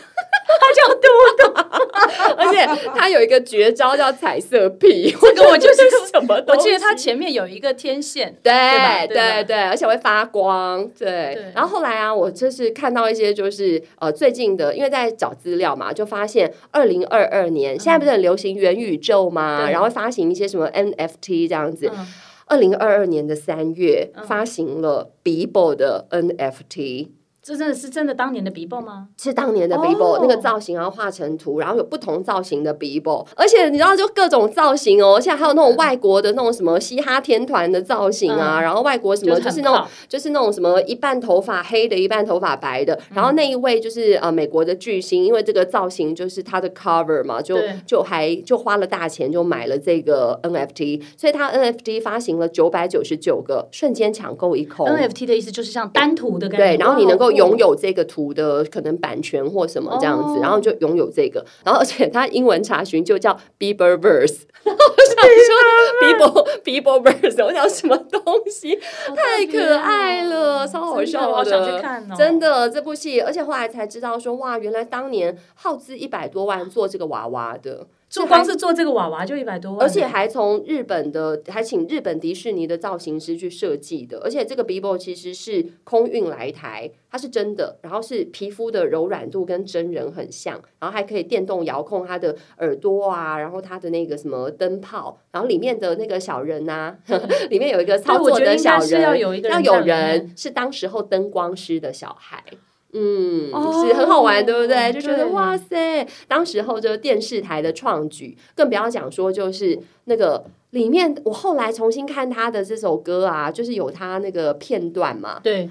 Speaker 3: 他叫嘟嘟，
Speaker 2: 而且他有一个绝招叫彩色屁，
Speaker 3: 这个我就是
Speaker 2: 什么东
Speaker 3: 我
Speaker 2: 西？
Speaker 3: 记得他前面有一个天线，吧
Speaker 2: 对
Speaker 3: 对吧
Speaker 2: 对对，而且会发光。对，
Speaker 3: 对
Speaker 2: 然后后来啊，我就是看到一些就是呃最近的，因为在找资料嘛，就发现二零二二年现在不是很流行元宇宙嘛，
Speaker 3: 嗯对
Speaker 2: 然后会发行一些什么 NFT 这样子。
Speaker 3: 嗯
Speaker 2: 二零二二年的三月
Speaker 3: 嗯
Speaker 2: 发行了 Bibo 的 NFT，
Speaker 3: 这真的是真的当年的 Bibo 吗？
Speaker 2: 是当年的
Speaker 3: 哦
Speaker 2: Bibo、那个造型，然后画成图，然后有不同造型的 Bibo，而且你知道就各种造型哦，现在还有那种外国的那种什么嘻哈天团的造型啊，
Speaker 3: 嗯
Speaker 2: 然后外国什么
Speaker 3: 就
Speaker 2: 就是是
Speaker 3: 很
Speaker 2: 那种
Speaker 3: pop
Speaker 2: 就是那种什么一半头发黑的，一半头发白的，
Speaker 3: 嗯
Speaker 2: 然后那一位就是呃美国的巨星，因为这个造型就是他的 cover 嘛，就
Speaker 3: 对
Speaker 2: 就还就花了大钱就买了这个 NFT，所以他 NFT 发行了九百九十九个，瞬间抢购一空。
Speaker 3: NFT 的意思就是像单图的概
Speaker 2: 哦对，
Speaker 3: 念，
Speaker 2: 然后你
Speaker 3: 哇
Speaker 2: 能够拥。
Speaker 3: 好酷
Speaker 2: 有这个图的可能版权或什么这样子，
Speaker 3: 哦
Speaker 2: 然后就拥有这个，然后而且它英文查询就 叫 Bieberverse，然后我想说 Bieber Bieberverse，我想什么东西，
Speaker 3: 哦
Speaker 2: 太可爱了，超好
Speaker 3: 真的
Speaker 2: 笑
Speaker 3: 我好想去
Speaker 2: 的。
Speaker 3: 看哦，
Speaker 2: 真的这部戏，而且后来才知道说，哇，原来当年耗资一百多万做这个娃娃的，
Speaker 3: 做
Speaker 2: 还
Speaker 3: 光是做这个娃娃就一百多万，
Speaker 2: 而且还从日本的，还请日本迪士尼的造型师去设计的，而且这个 Bibo 其实是空运来台，它是真的，然后是皮肤的柔软度跟真人很像，然后还可以电动遥控它的耳朵啊，然后它的那个什么灯泡，然后里面的那个小人呐、 里面有一个操
Speaker 3: 对我
Speaker 2: 作
Speaker 3: 觉得
Speaker 2: 的
Speaker 3: 应
Speaker 2: 小
Speaker 3: 该是
Speaker 2: 人，
Speaker 3: 要有一个人啊
Speaker 2: 要有
Speaker 3: 在里面
Speaker 2: 人是当时候灯光师的小孩。嗯，
Speaker 3: 哦
Speaker 2: 是很好玩，对不对？就觉得
Speaker 3: 对
Speaker 2: 哇塞，当时候就是电视台的创举，更不要讲说就是那个里面，我后来重新看他的这首歌啊，就是有他那个片段嘛，
Speaker 3: 对，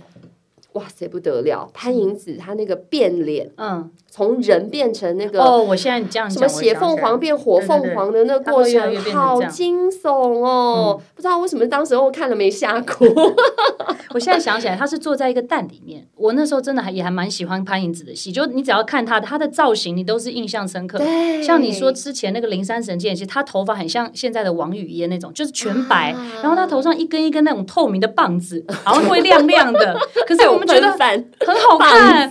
Speaker 2: 哇塞不得了！潘迎紫她那个变脸，
Speaker 3: 嗯，
Speaker 2: 从人变成那个
Speaker 3: 哦，我现在你这样
Speaker 2: 嗯什
Speaker 3: 讲，
Speaker 2: 么
Speaker 3: 我
Speaker 2: 血
Speaker 3: 想起
Speaker 2: 凤
Speaker 3: 来
Speaker 2: 凰
Speaker 3: 了，
Speaker 2: 变火凤凰的那个过
Speaker 3: 对对对它会越来越
Speaker 2: 程，
Speaker 3: 变成
Speaker 2: 好
Speaker 3: 这样嗯
Speaker 2: 惊悚哦！不知道为什么当时候看了没吓哭。
Speaker 3: 我现在想起来，他是坐在一个蛋里面。我那时候真的还也还蛮喜欢潘迎紫的戏，就你只要看他的他的造型，你都是印象深刻。
Speaker 2: 对
Speaker 3: 像你说之前那个《灵山神剑》，其实他头发很像现在的王语嫣那种，就是全白，
Speaker 2: 啊
Speaker 3: 然后他头上一根一根那种透明的棒子，然后会亮亮的。可是我 们觉得
Speaker 2: 反
Speaker 3: 很好看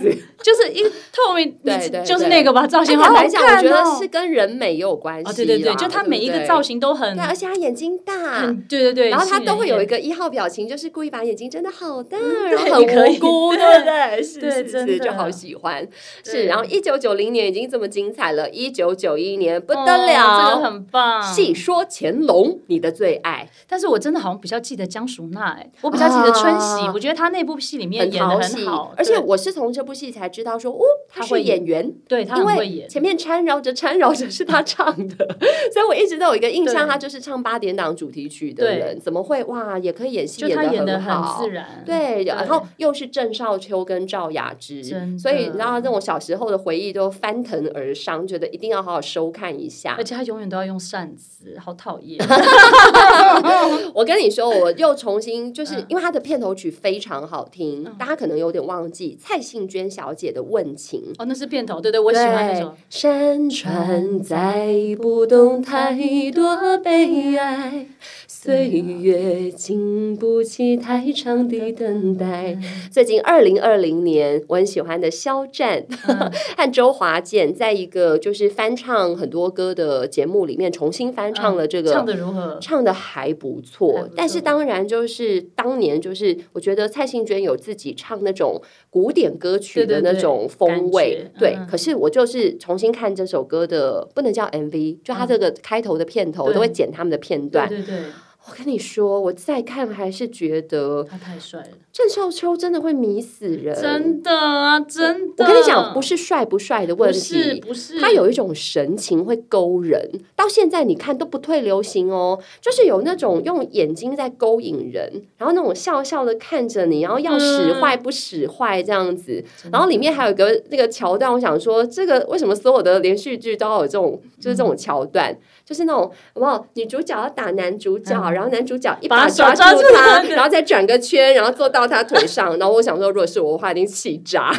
Speaker 2: 棒，子
Speaker 3: 就是一透明，
Speaker 2: 对
Speaker 3: 你
Speaker 2: 对
Speaker 3: 就是
Speaker 2: 对
Speaker 3: 那个吧，造
Speaker 2: 而且
Speaker 3: 型哎好好
Speaker 2: 来讲，我
Speaker 3: 看
Speaker 2: 觉得
Speaker 3: 哦
Speaker 2: 是。跟人美也有关系
Speaker 3: 哦，
Speaker 2: 啦。
Speaker 3: 对对对，就他每一
Speaker 2: 对
Speaker 3: 个
Speaker 2: 不
Speaker 3: 造型都很
Speaker 2: 对，，啊而且他眼睛大。
Speaker 3: 很对对对，
Speaker 2: 然后他
Speaker 3: 吸引
Speaker 2: 都会有一
Speaker 3: 人
Speaker 2: 个一号表情，就是故意把眼睛睁得好大，
Speaker 3: 嗯对
Speaker 2: 然后很
Speaker 3: 你可以
Speaker 2: 无辜，对不对？是
Speaker 3: 对
Speaker 2: 是
Speaker 3: 真
Speaker 2: 是，
Speaker 3: 的
Speaker 2: 就好喜欢。是，
Speaker 3: 对
Speaker 2: 然后一九九零年已经这么精彩了，一九九一年不
Speaker 3: 哦
Speaker 2: 得
Speaker 3: 这个
Speaker 2: 了，
Speaker 3: 很棒。
Speaker 2: 细说乾隆，你的最爱，
Speaker 3: 但是我真的好像比较记得江淑娜、哎，我比较记得春喜，
Speaker 2: 啊
Speaker 3: 我觉得她那部戏里面
Speaker 2: 很
Speaker 3: 演的
Speaker 2: 讨
Speaker 3: 很
Speaker 2: 喜
Speaker 3: 好，，
Speaker 2: 而且
Speaker 3: 对
Speaker 2: 我是从这部戏才知道说，哦，他
Speaker 3: 他
Speaker 2: 是
Speaker 3: 会演
Speaker 2: 演员，
Speaker 3: 对她
Speaker 2: 因
Speaker 3: 很会
Speaker 2: 为
Speaker 3: 演，
Speaker 2: 前面缠绕着缠绕着是他唱的，所以我一直都有一个印象，
Speaker 3: 对
Speaker 2: 他就是唱八点档主题曲的人，怎么会哇也可以演戏
Speaker 3: 就她演
Speaker 2: 的
Speaker 3: 的很
Speaker 2: 好
Speaker 3: 自。然，
Speaker 2: 对，然后又是郑少秋跟赵雅芝
Speaker 3: 真，的
Speaker 2: 所以你知道这种小时候的回忆都翻腾而上，觉得一定要好好收看一下
Speaker 3: 而。且她永远都要用扇子，好讨厌。
Speaker 2: 我跟你说，我又重新就是
Speaker 3: 嗯
Speaker 2: 因为他的片头曲非常好听
Speaker 3: 嗯，
Speaker 2: 大家可能有点忘记蔡幸娟小姐的《问情》。
Speaker 3: 哦，那是片头，对对，我喜欢那首。
Speaker 2: 山川载不动太多悲哀，岁月经不起太长的等 待。最近二零二零年，我很喜欢的肖战和周华健，在一个就是翻唱很多歌的节目里面重新翻唱了这个
Speaker 3: 嗯唱的如何？
Speaker 2: 唱的还不
Speaker 3: 还
Speaker 2: 错
Speaker 3: 不错，
Speaker 2: 但是当然就是当年就是我觉得蔡幸娟有自己唱那种古典歌曲的
Speaker 3: 对对
Speaker 2: 那
Speaker 3: 对
Speaker 2: 种风味
Speaker 3: 感，觉
Speaker 2: 对
Speaker 3: 嗯。
Speaker 2: 可是我就是重新看这首歌的，不能叫 MV，就它这个开头的片头
Speaker 3: 嗯对
Speaker 2: 都会剪他们的片
Speaker 3: 对
Speaker 2: 段。
Speaker 3: 对对，
Speaker 2: 我跟你说，我再看还是觉得
Speaker 3: 他太帅了，
Speaker 2: 郑少秋真的会迷死人。
Speaker 3: 真的啊，真的。
Speaker 2: 呃我跟你讲，不是帅不帅的问
Speaker 3: 不
Speaker 2: 题，
Speaker 3: 是不是，
Speaker 2: 他有一种神情会勾人，到现在你看都不退流行哦，就是有那种用眼睛在勾引人，然后那种笑笑的看着你，然后要使坏不使坏这样子，然后里面还有一个那个桥段，我想说这个为什么所有的连续剧都要有这种就是这种桥段，就是那种好不好？女主角要打男主角，
Speaker 3: 嗯
Speaker 2: 然后男主角一
Speaker 3: 把
Speaker 2: 把
Speaker 3: 手
Speaker 2: 抓
Speaker 3: 抓
Speaker 2: 住
Speaker 3: 住
Speaker 2: 他，
Speaker 3: 他对
Speaker 2: 然后再转个圈，然后坐到他腿上。然后我想说，如果是我的话，一定气炸，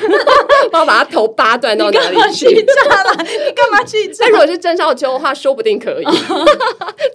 Speaker 2: 帮我把他头扒断到
Speaker 3: 你
Speaker 2: 哪
Speaker 3: 干
Speaker 2: 里
Speaker 3: 嘛去
Speaker 2: 去。
Speaker 3: 炸了？你干嘛去炸
Speaker 2: 但？如果是郑少秋的话，说不定可以。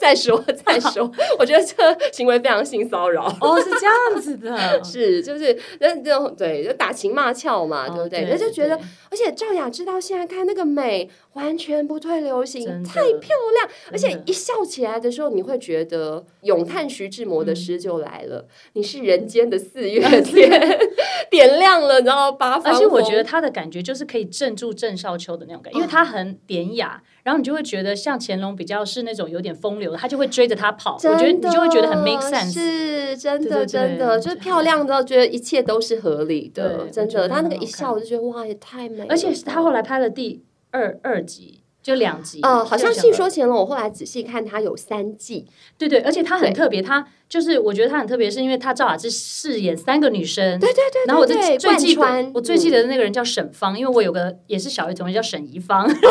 Speaker 2: 再说 再说，我觉得这行为非常性骚扰。
Speaker 3: 哦，是这样子的，
Speaker 2: 是，就是，那那种对，就打情骂俏嘛，对不对？那就觉得，
Speaker 3: 哦对
Speaker 2: 而且赵雅芝到现在看那个美，完全不退流行，
Speaker 3: 真的
Speaker 2: 太漂亮，而且
Speaker 3: 真的
Speaker 2: 一笑起来的时候，你会觉得咏叹徐志摩的
Speaker 3: 嗯
Speaker 2: 诗就来了，你是人间的四 月天， 点亮了，然后八方
Speaker 3: 而且我觉得
Speaker 2: 风
Speaker 3: 他的感觉就是可以镇住郑少秋的那种感觉，因
Speaker 2: 哦
Speaker 3: 为他很典雅，然后你就会觉得像乾隆比较是那种有点风流的，他就会追着他跑，我觉得
Speaker 2: 真
Speaker 3: 你
Speaker 2: 的
Speaker 3: 就会觉得很 make sense。
Speaker 2: 是真
Speaker 3: 对
Speaker 2: 的，
Speaker 3: 对
Speaker 2: 真
Speaker 3: 对
Speaker 2: 的，就是漂亮到觉得一切都是合理的，
Speaker 3: 对
Speaker 2: 真
Speaker 3: 我觉
Speaker 2: 的。
Speaker 3: 得
Speaker 2: 他那个
Speaker 3: 很好
Speaker 2: 一笑，我就觉得哇，也太美了吧。
Speaker 3: 而且他后来拍了第二二集，就两集，
Speaker 2: 呃，好像
Speaker 3: 就两
Speaker 2: 戏
Speaker 3: 个
Speaker 2: 说乾隆，我后来仔细看，他有三季，
Speaker 3: 对对，而且他
Speaker 2: 对
Speaker 3: 很特别，他就是我觉得他很特别，是因为他赵雅芝饰演三个女生，
Speaker 2: 对对对
Speaker 3: 然后我就
Speaker 2: 对
Speaker 3: 最记
Speaker 2: 贯
Speaker 3: 得
Speaker 2: 穿嗯
Speaker 3: 我最记得的那个人叫沈芳，因为我有个也是小学同学叫沈怡芳，
Speaker 2: 反
Speaker 3: 正就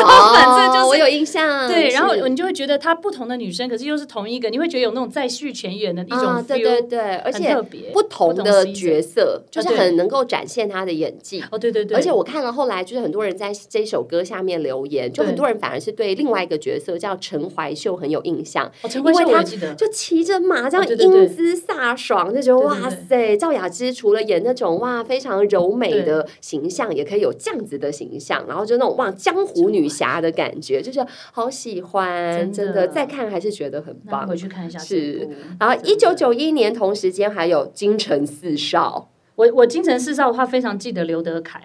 Speaker 2: 嗯
Speaker 3: 是
Speaker 2: 哦我有印象。
Speaker 3: 对，然后
Speaker 2: 嗯是
Speaker 3: 你就会觉得她不同的女生，可是又是同一个，你会觉得有那种再续前缘的一种 feel，、
Speaker 2: 啊，对对对，而
Speaker 3: 很
Speaker 2: 且
Speaker 3: 特别
Speaker 2: 不同的角
Speaker 3: 色。
Speaker 2: 色，就是
Speaker 3: 啊对
Speaker 2: 很能够展现他的演技。
Speaker 3: 哦，对对对，
Speaker 2: 而且我看了后来，就是很多人在这首歌下面留言，就
Speaker 3: 对
Speaker 2: 很多人反而是对另外一个角色叫陈怀秀很有印象，
Speaker 3: 哦陈慧
Speaker 2: 因为
Speaker 3: 秀我
Speaker 2: 她
Speaker 3: 也记得，
Speaker 2: 就骑着马这样
Speaker 3: 哦对对对
Speaker 2: 英姿飒爽，就觉得
Speaker 3: 对对
Speaker 2: 哇塞！赵雅芝除了演那种哇非常柔美的形象，也可以有这样子的形象，然后就那种哇江湖女侠的感觉，就是好喜欢，真
Speaker 3: 真的
Speaker 2: 的再看还是觉得很
Speaker 3: 那
Speaker 2: 棒
Speaker 3: 你回。去看一下这
Speaker 2: 是
Speaker 3: 部。
Speaker 2: 然后，
Speaker 3: 真的
Speaker 2: 一九，九一年同时间还有《京城四少
Speaker 3: 我我京城四少的话非常记得刘德凯》，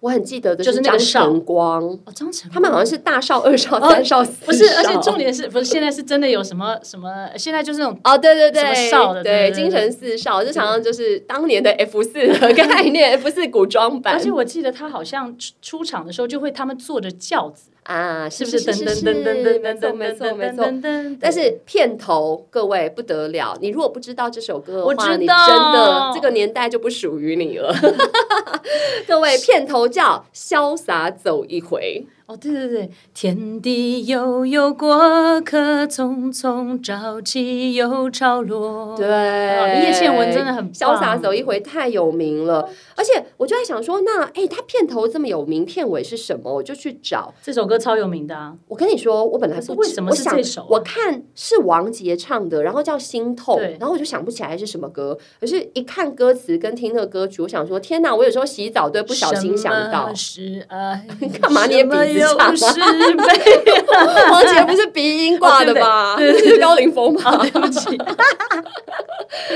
Speaker 2: 我很记得的
Speaker 3: 就是那
Speaker 2: 张
Speaker 3: 个少
Speaker 2: 晨光，
Speaker 3: 哦，张晨，
Speaker 2: 他们好像是大少、二少、
Speaker 3: 哦
Speaker 2: 三少、四少，
Speaker 3: 不是，而且重点是不是现在是真的有什么什么，现在就是那种
Speaker 2: 哦，对对
Speaker 3: 什么
Speaker 2: 对，
Speaker 3: 少的
Speaker 2: 对
Speaker 3: 对对对
Speaker 2: 京城四少，就常常就是当年的 F 四 的概念，F 四古装版
Speaker 3: 而且我记得他好像出出场的时候就会他们坐着轿子，
Speaker 2: 啊，
Speaker 3: 是
Speaker 2: 是是
Speaker 3: 不是？
Speaker 2: 是
Speaker 3: 噔
Speaker 2: 是
Speaker 3: 噔噔噔噔
Speaker 2: 没
Speaker 3: 噔
Speaker 2: 错
Speaker 3: 噔
Speaker 2: 没
Speaker 3: 噔
Speaker 2: 错没
Speaker 3: 噔
Speaker 2: 错。
Speaker 3: 噔噔。
Speaker 2: 但是片头各位不得了，你如果不知道这首歌的
Speaker 3: 我
Speaker 2: 话，
Speaker 3: 知
Speaker 2: 你真
Speaker 3: 道
Speaker 2: 的这个年代就不属于你了。 各位，片头叫《潇洒走一回
Speaker 3: 哦，对对对，天地悠悠，过客匆匆，朝起又潮》，落。
Speaker 2: 对，
Speaker 3: 哦叶倩文真的很棒
Speaker 2: 潇洒走一回》太有名了，而且我就在想说，那哎，它片头这么有名，片尾是什么？我就去找，
Speaker 3: 这首歌超有名的啊！
Speaker 2: 我跟你说，我本来
Speaker 3: 可是
Speaker 2: 不
Speaker 3: 为
Speaker 2: 知
Speaker 3: 什么
Speaker 2: 我
Speaker 3: 是
Speaker 2: 想
Speaker 3: 这首啊
Speaker 2: 我看是王杰唱的，然后叫《心痛》，
Speaker 3: 对
Speaker 2: 然后我就想不起来是什么歌。可是，一看歌词跟听那个歌曲，我想说，天哪！我有时候洗澡都会不小心想
Speaker 3: 什
Speaker 2: 到
Speaker 3: 么，是爱，
Speaker 2: 干嘛捏鼻子上啊
Speaker 3: 什么又是悲
Speaker 2: 王杰不是鼻音挂的吧？
Speaker 3: 哦对对对对对
Speaker 2: 这是高凌风
Speaker 3: 啊，
Speaker 2: 吧？
Speaker 3: 对不起，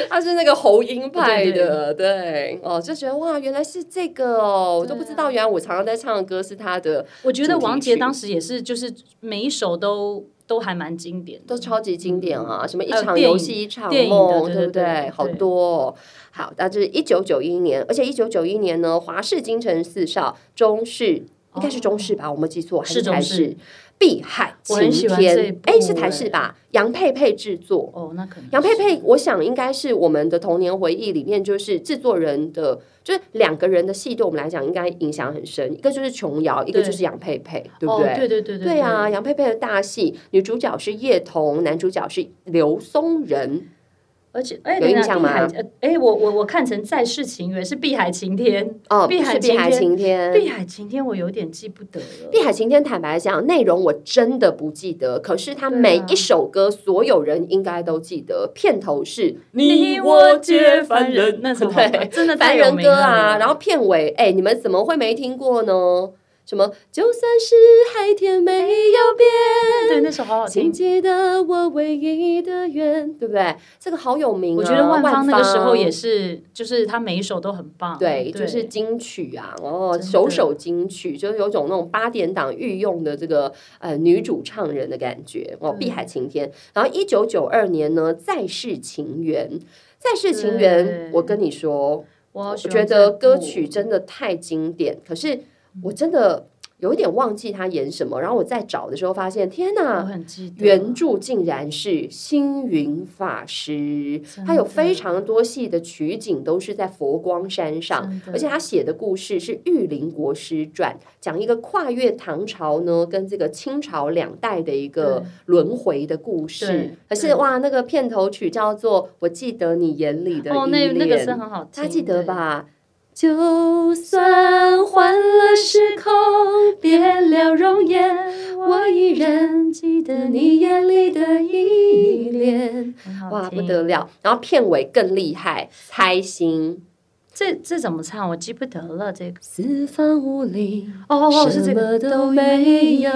Speaker 2: 他是那个喉音派
Speaker 3: 对对
Speaker 2: 的，对哦，就觉得哇，原来是这个哦，我都不知
Speaker 3: 啊
Speaker 2: 道，原来我常常在唱的歌是他的，
Speaker 3: 我觉得王
Speaker 2: 主题
Speaker 3: 杰
Speaker 2: 曲
Speaker 3: 当时也是，
Speaker 2: 嗯
Speaker 3: 就是每一首都都还蛮经典的
Speaker 2: 都。超级经典啊！什么一
Speaker 3: 还有
Speaker 2: 场
Speaker 3: 呃电
Speaker 2: 游
Speaker 3: 影
Speaker 2: 戏一场
Speaker 3: 电影的
Speaker 2: 梦，对
Speaker 3: 对对
Speaker 2: 不
Speaker 3: 对
Speaker 2: 对？好
Speaker 3: 对
Speaker 2: 多哦、好，那这是一九九一年，而且一九九一年呢，华视京城四少中视。应该是中视吧，我没记错，还
Speaker 3: 哦是
Speaker 2: 是台
Speaker 3: 中视
Speaker 2: 视《碧海
Speaker 3: 我很喜
Speaker 2: 晴
Speaker 3: 欢这一
Speaker 2: 天》？
Speaker 3: 部
Speaker 2: 哎，是台
Speaker 3: 哎
Speaker 2: 视吧？杨佩佩制作，
Speaker 3: 哦，那可能
Speaker 2: 杨佩
Speaker 3: 是
Speaker 2: 佩，我想应该是我们的童年回忆里面，就是制作人的，就是两个人的戏，对我们来讲应该影响很深。一个就是琼瑶，一个
Speaker 3: 对
Speaker 2: 就是杨佩佩，对不
Speaker 3: 哦，
Speaker 2: 对？
Speaker 3: 对对对
Speaker 2: 对啊，，杨佩佩的大戏，女主角是叶童，男主角是刘松仁。
Speaker 3: 而且哎，
Speaker 2: 有
Speaker 3: 等一
Speaker 2: 印
Speaker 3: 下
Speaker 2: 象
Speaker 3: 碧海
Speaker 2: 吗
Speaker 3: 呃哎，我我我看成《再世情缘》是《碧海晴天》，
Speaker 2: 哦，
Speaker 3: 碧海
Speaker 2: 是碧海晴
Speaker 3: 《
Speaker 2: 天。
Speaker 3: 碧海晴天》我有点记不得了。
Speaker 2: 嗯碧海晴天，坦白讲，内容我真的不记得，可是它
Speaker 3: 对啊
Speaker 2: 每一首歌，所有人应该都记得。片头是
Speaker 3: 你我皆凡人，那首好
Speaker 2: 对，
Speaker 3: 真的
Speaker 2: 凡
Speaker 3: 太有
Speaker 2: 人
Speaker 3: 名
Speaker 2: 歌啊，
Speaker 3: 了
Speaker 2: 然后片尾，哎，你们怎么会没听过呢？什么？就算是海天没有变，
Speaker 3: 对那首好好
Speaker 2: 请
Speaker 3: 听。
Speaker 2: 记得我唯一的愿，对不对？这个好有名、啊，
Speaker 3: 我觉得万芳那个时候也
Speaker 2: 是。
Speaker 3: 是，就是他每一首都很棒。
Speaker 2: 对，就是金曲啊，哦，
Speaker 3: 哦真的
Speaker 2: 首首金曲，就是有种那种八点档御用的这个呃女主唱人的感觉哦，《
Speaker 3: 对
Speaker 2: 碧海晴天》。然后一九九二年呢，《再世情缘》，《再世情缘
Speaker 3: 对》，
Speaker 2: 我跟你说，
Speaker 3: 我好
Speaker 2: 我
Speaker 3: 喜欢
Speaker 2: 觉
Speaker 3: 这
Speaker 2: 得
Speaker 3: 部
Speaker 2: 歌曲真的太经典，可是我真的有一点忘记他演什么，然后我在找的时候发现，天
Speaker 3: 我
Speaker 2: 哪！
Speaker 3: 很记得
Speaker 2: 原著竟然是星云法师，他有非常多戏的取景都是在佛光山上，
Speaker 3: 真的
Speaker 2: 而且他写的故事是《玉林国师传》，讲一个跨越唐朝呢跟这个清朝两代的一个
Speaker 3: 对
Speaker 2: 轮回的故
Speaker 3: 对
Speaker 2: 事。可是
Speaker 3: 对
Speaker 2: 哇，那个片头曲叫做《我记得你眼里的依恋》，
Speaker 3: 哦，那那个是很好听，
Speaker 2: 大家记得
Speaker 3: 对？
Speaker 2: 吧？就算换了时空，变了容颜，我依然记得你眼里的依恋。
Speaker 3: 很好
Speaker 2: 哇，不
Speaker 3: 听
Speaker 2: 得了！然后片尾更厉害，猜心。
Speaker 3: 这这怎么唱？我记不得了这个。
Speaker 2: 四方五里，
Speaker 3: 哦哦哦，是
Speaker 2: 什么
Speaker 3: 这个
Speaker 2: 都没。有，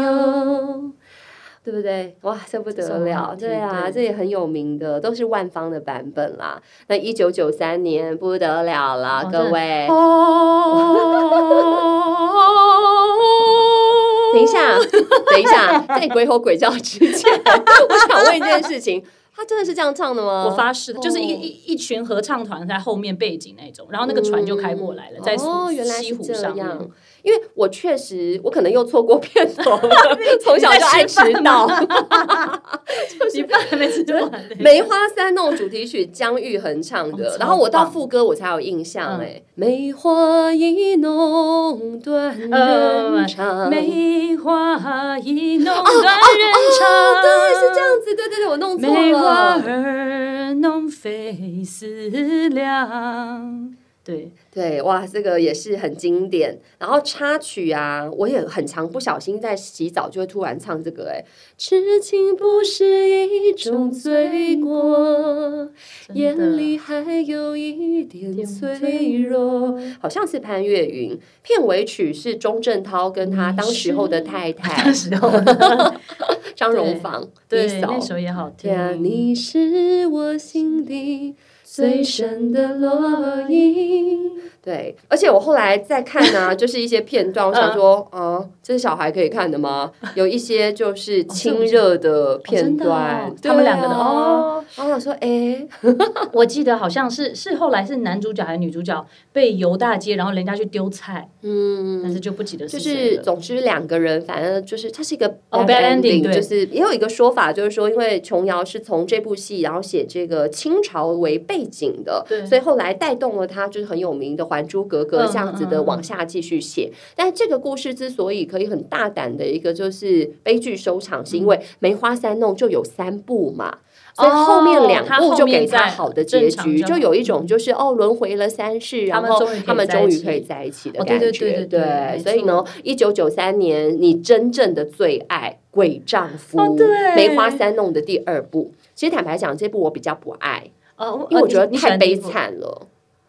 Speaker 2: 对不对？哇，这不
Speaker 3: 这
Speaker 2: 得
Speaker 3: 首很好
Speaker 2: 了！
Speaker 3: 听
Speaker 2: 对啊，
Speaker 3: 对
Speaker 2: 这也很有名的，都是万芳的版本啦。那一九九三年不得了啦，
Speaker 3: 哦真
Speaker 2: 各
Speaker 3: 的
Speaker 2: 位。
Speaker 3: 哦
Speaker 2: 等一下，等一下，在你鬼吼鬼叫之前， 我想问一件事情，他真的是这样唱的吗？
Speaker 3: 我发誓，就是一
Speaker 2: 哦
Speaker 3: 一一群合唱团在后面背景那种，然后那个船就开过来了，
Speaker 2: 嗯
Speaker 3: 在
Speaker 2: 哦，原来
Speaker 3: 西
Speaker 2: 是
Speaker 3: 湖
Speaker 2: 这
Speaker 3: 上面。
Speaker 2: 样。因为我确实，我可能又错过片头 了， 从小就爱迟 到。
Speaker 3: 哎你爸还没吃 完呢。
Speaker 2: 梅花三弄主题曲姜育恒唱
Speaker 3: 哦
Speaker 2: 的
Speaker 3: 超，
Speaker 2: 然后我到
Speaker 3: 棒
Speaker 2: 副歌我才有印象
Speaker 3: 嗯
Speaker 2: 哎。梅花一弄断人肠，
Speaker 3: 呃梅花易
Speaker 2: 哦
Speaker 3: 弄断人肠，
Speaker 2: 对是这。样子，对对对，我 弄错
Speaker 3: 梅花
Speaker 2: 了。
Speaker 3: 儿弄飞思量。对，
Speaker 2: 对，哇，这个也是很经典。然后插曲啊，我也很常不小心在洗澡就会突然唱这个、哎，痴情不是一种罪过，
Speaker 3: 真的
Speaker 2: 眼里还有一点脆弱。好像是潘越云，片尾曲是钟镇涛跟他当时候的 太太
Speaker 3: 那时候，
Speaker 2: 张荣芳一
Speaker 3: 对，
Speaker 2: 嫂
Speaker 3: 那。首也好听。
Speaker 2: 天啊，你是我心底最深的落英。对，而且我后来再看 呢、就是一些片段，我想说，啊，这是小孩可以看的 吗？有一些就是亲热的片段，
Speaker 3: 哦真的哦他们两个的
Speaker 2: 对啊
Speaker 3: 哦。
Speaker 2: 然后我想说，哎，
Speaker 3: 我记得好像是是后来是男主角还是女主角被游大街，然后人家去丢菜，但
Speaker 2: 嗯。
Speaker 3: 是就不记得
Speaker 2: 就
Speaker 3: 谁
Speaker 2: 是，
Speaker 3: 了
Speaker 2: 总之两个人，反正就是它是一个
Speaker 3: 哦 bad ending，对
Speaker 2: 就是也有一个说法，就是说，因为琼瑶是从这部戏，然后写这个清朝为背景的，
Speaker 3: 对
Speaker 2: 所以后来带动了他就是很有名的《还珠格格》
Speaker 3: 嗯
Speaker 2: 这样子的往下继续写。但这个故事之所以可以很大胆的一个就是悲剧收场，是
Speaker 3: 嗯
Speaker 2: 因为《梅花三弄》就有三部嘛。所以后面两
Speaker 3: 他
Speaker 2: 部
Speaker 3: 哦后
Speaker 2: 就
Speaker 3: 面
Speaker 2: 给他
Speaker 3: 在
Speaker 2: 好的结
Speaker 3: 正常
Speaker 2: 局，
Speaker 3: 就
Speaker 2: 就
Speaker 3: 好嗯
Speaker 2: 有一种就是哦轮回了三世，
Speaker 3: 他
Speaker 2: 然
Speaker 3: 们
Speaker 2: 后
Speaker 3: 终于可以
Speaker 2: 他们
Speaker 3: 在一
Speaker 2: 终于
Speaker 3: 起
Speaker 2: 可以在一起的
Speaker 3: 哦对
Speaker 2: 感
Speaker 3: 对对
Speaker 2: 觉。
Speaker 3: 对对没
Speaker 2: 所以呢
Speaker 3: 错，
Speaker 2: 一九九三年你真正的最爱《鬼丈夫》
Speaker 3: 哦对
Speaker 2: 梅花三弄》的第二部。其实坦白讲，这部我比较不爱，
Speaker 3: 呃，我
Speaker 2: 因为我觉得
Speaker 3: 呃你喜欢
Speaker 2: 太悲
Speaker 3: 哪一部
Speaker 2: 惨了。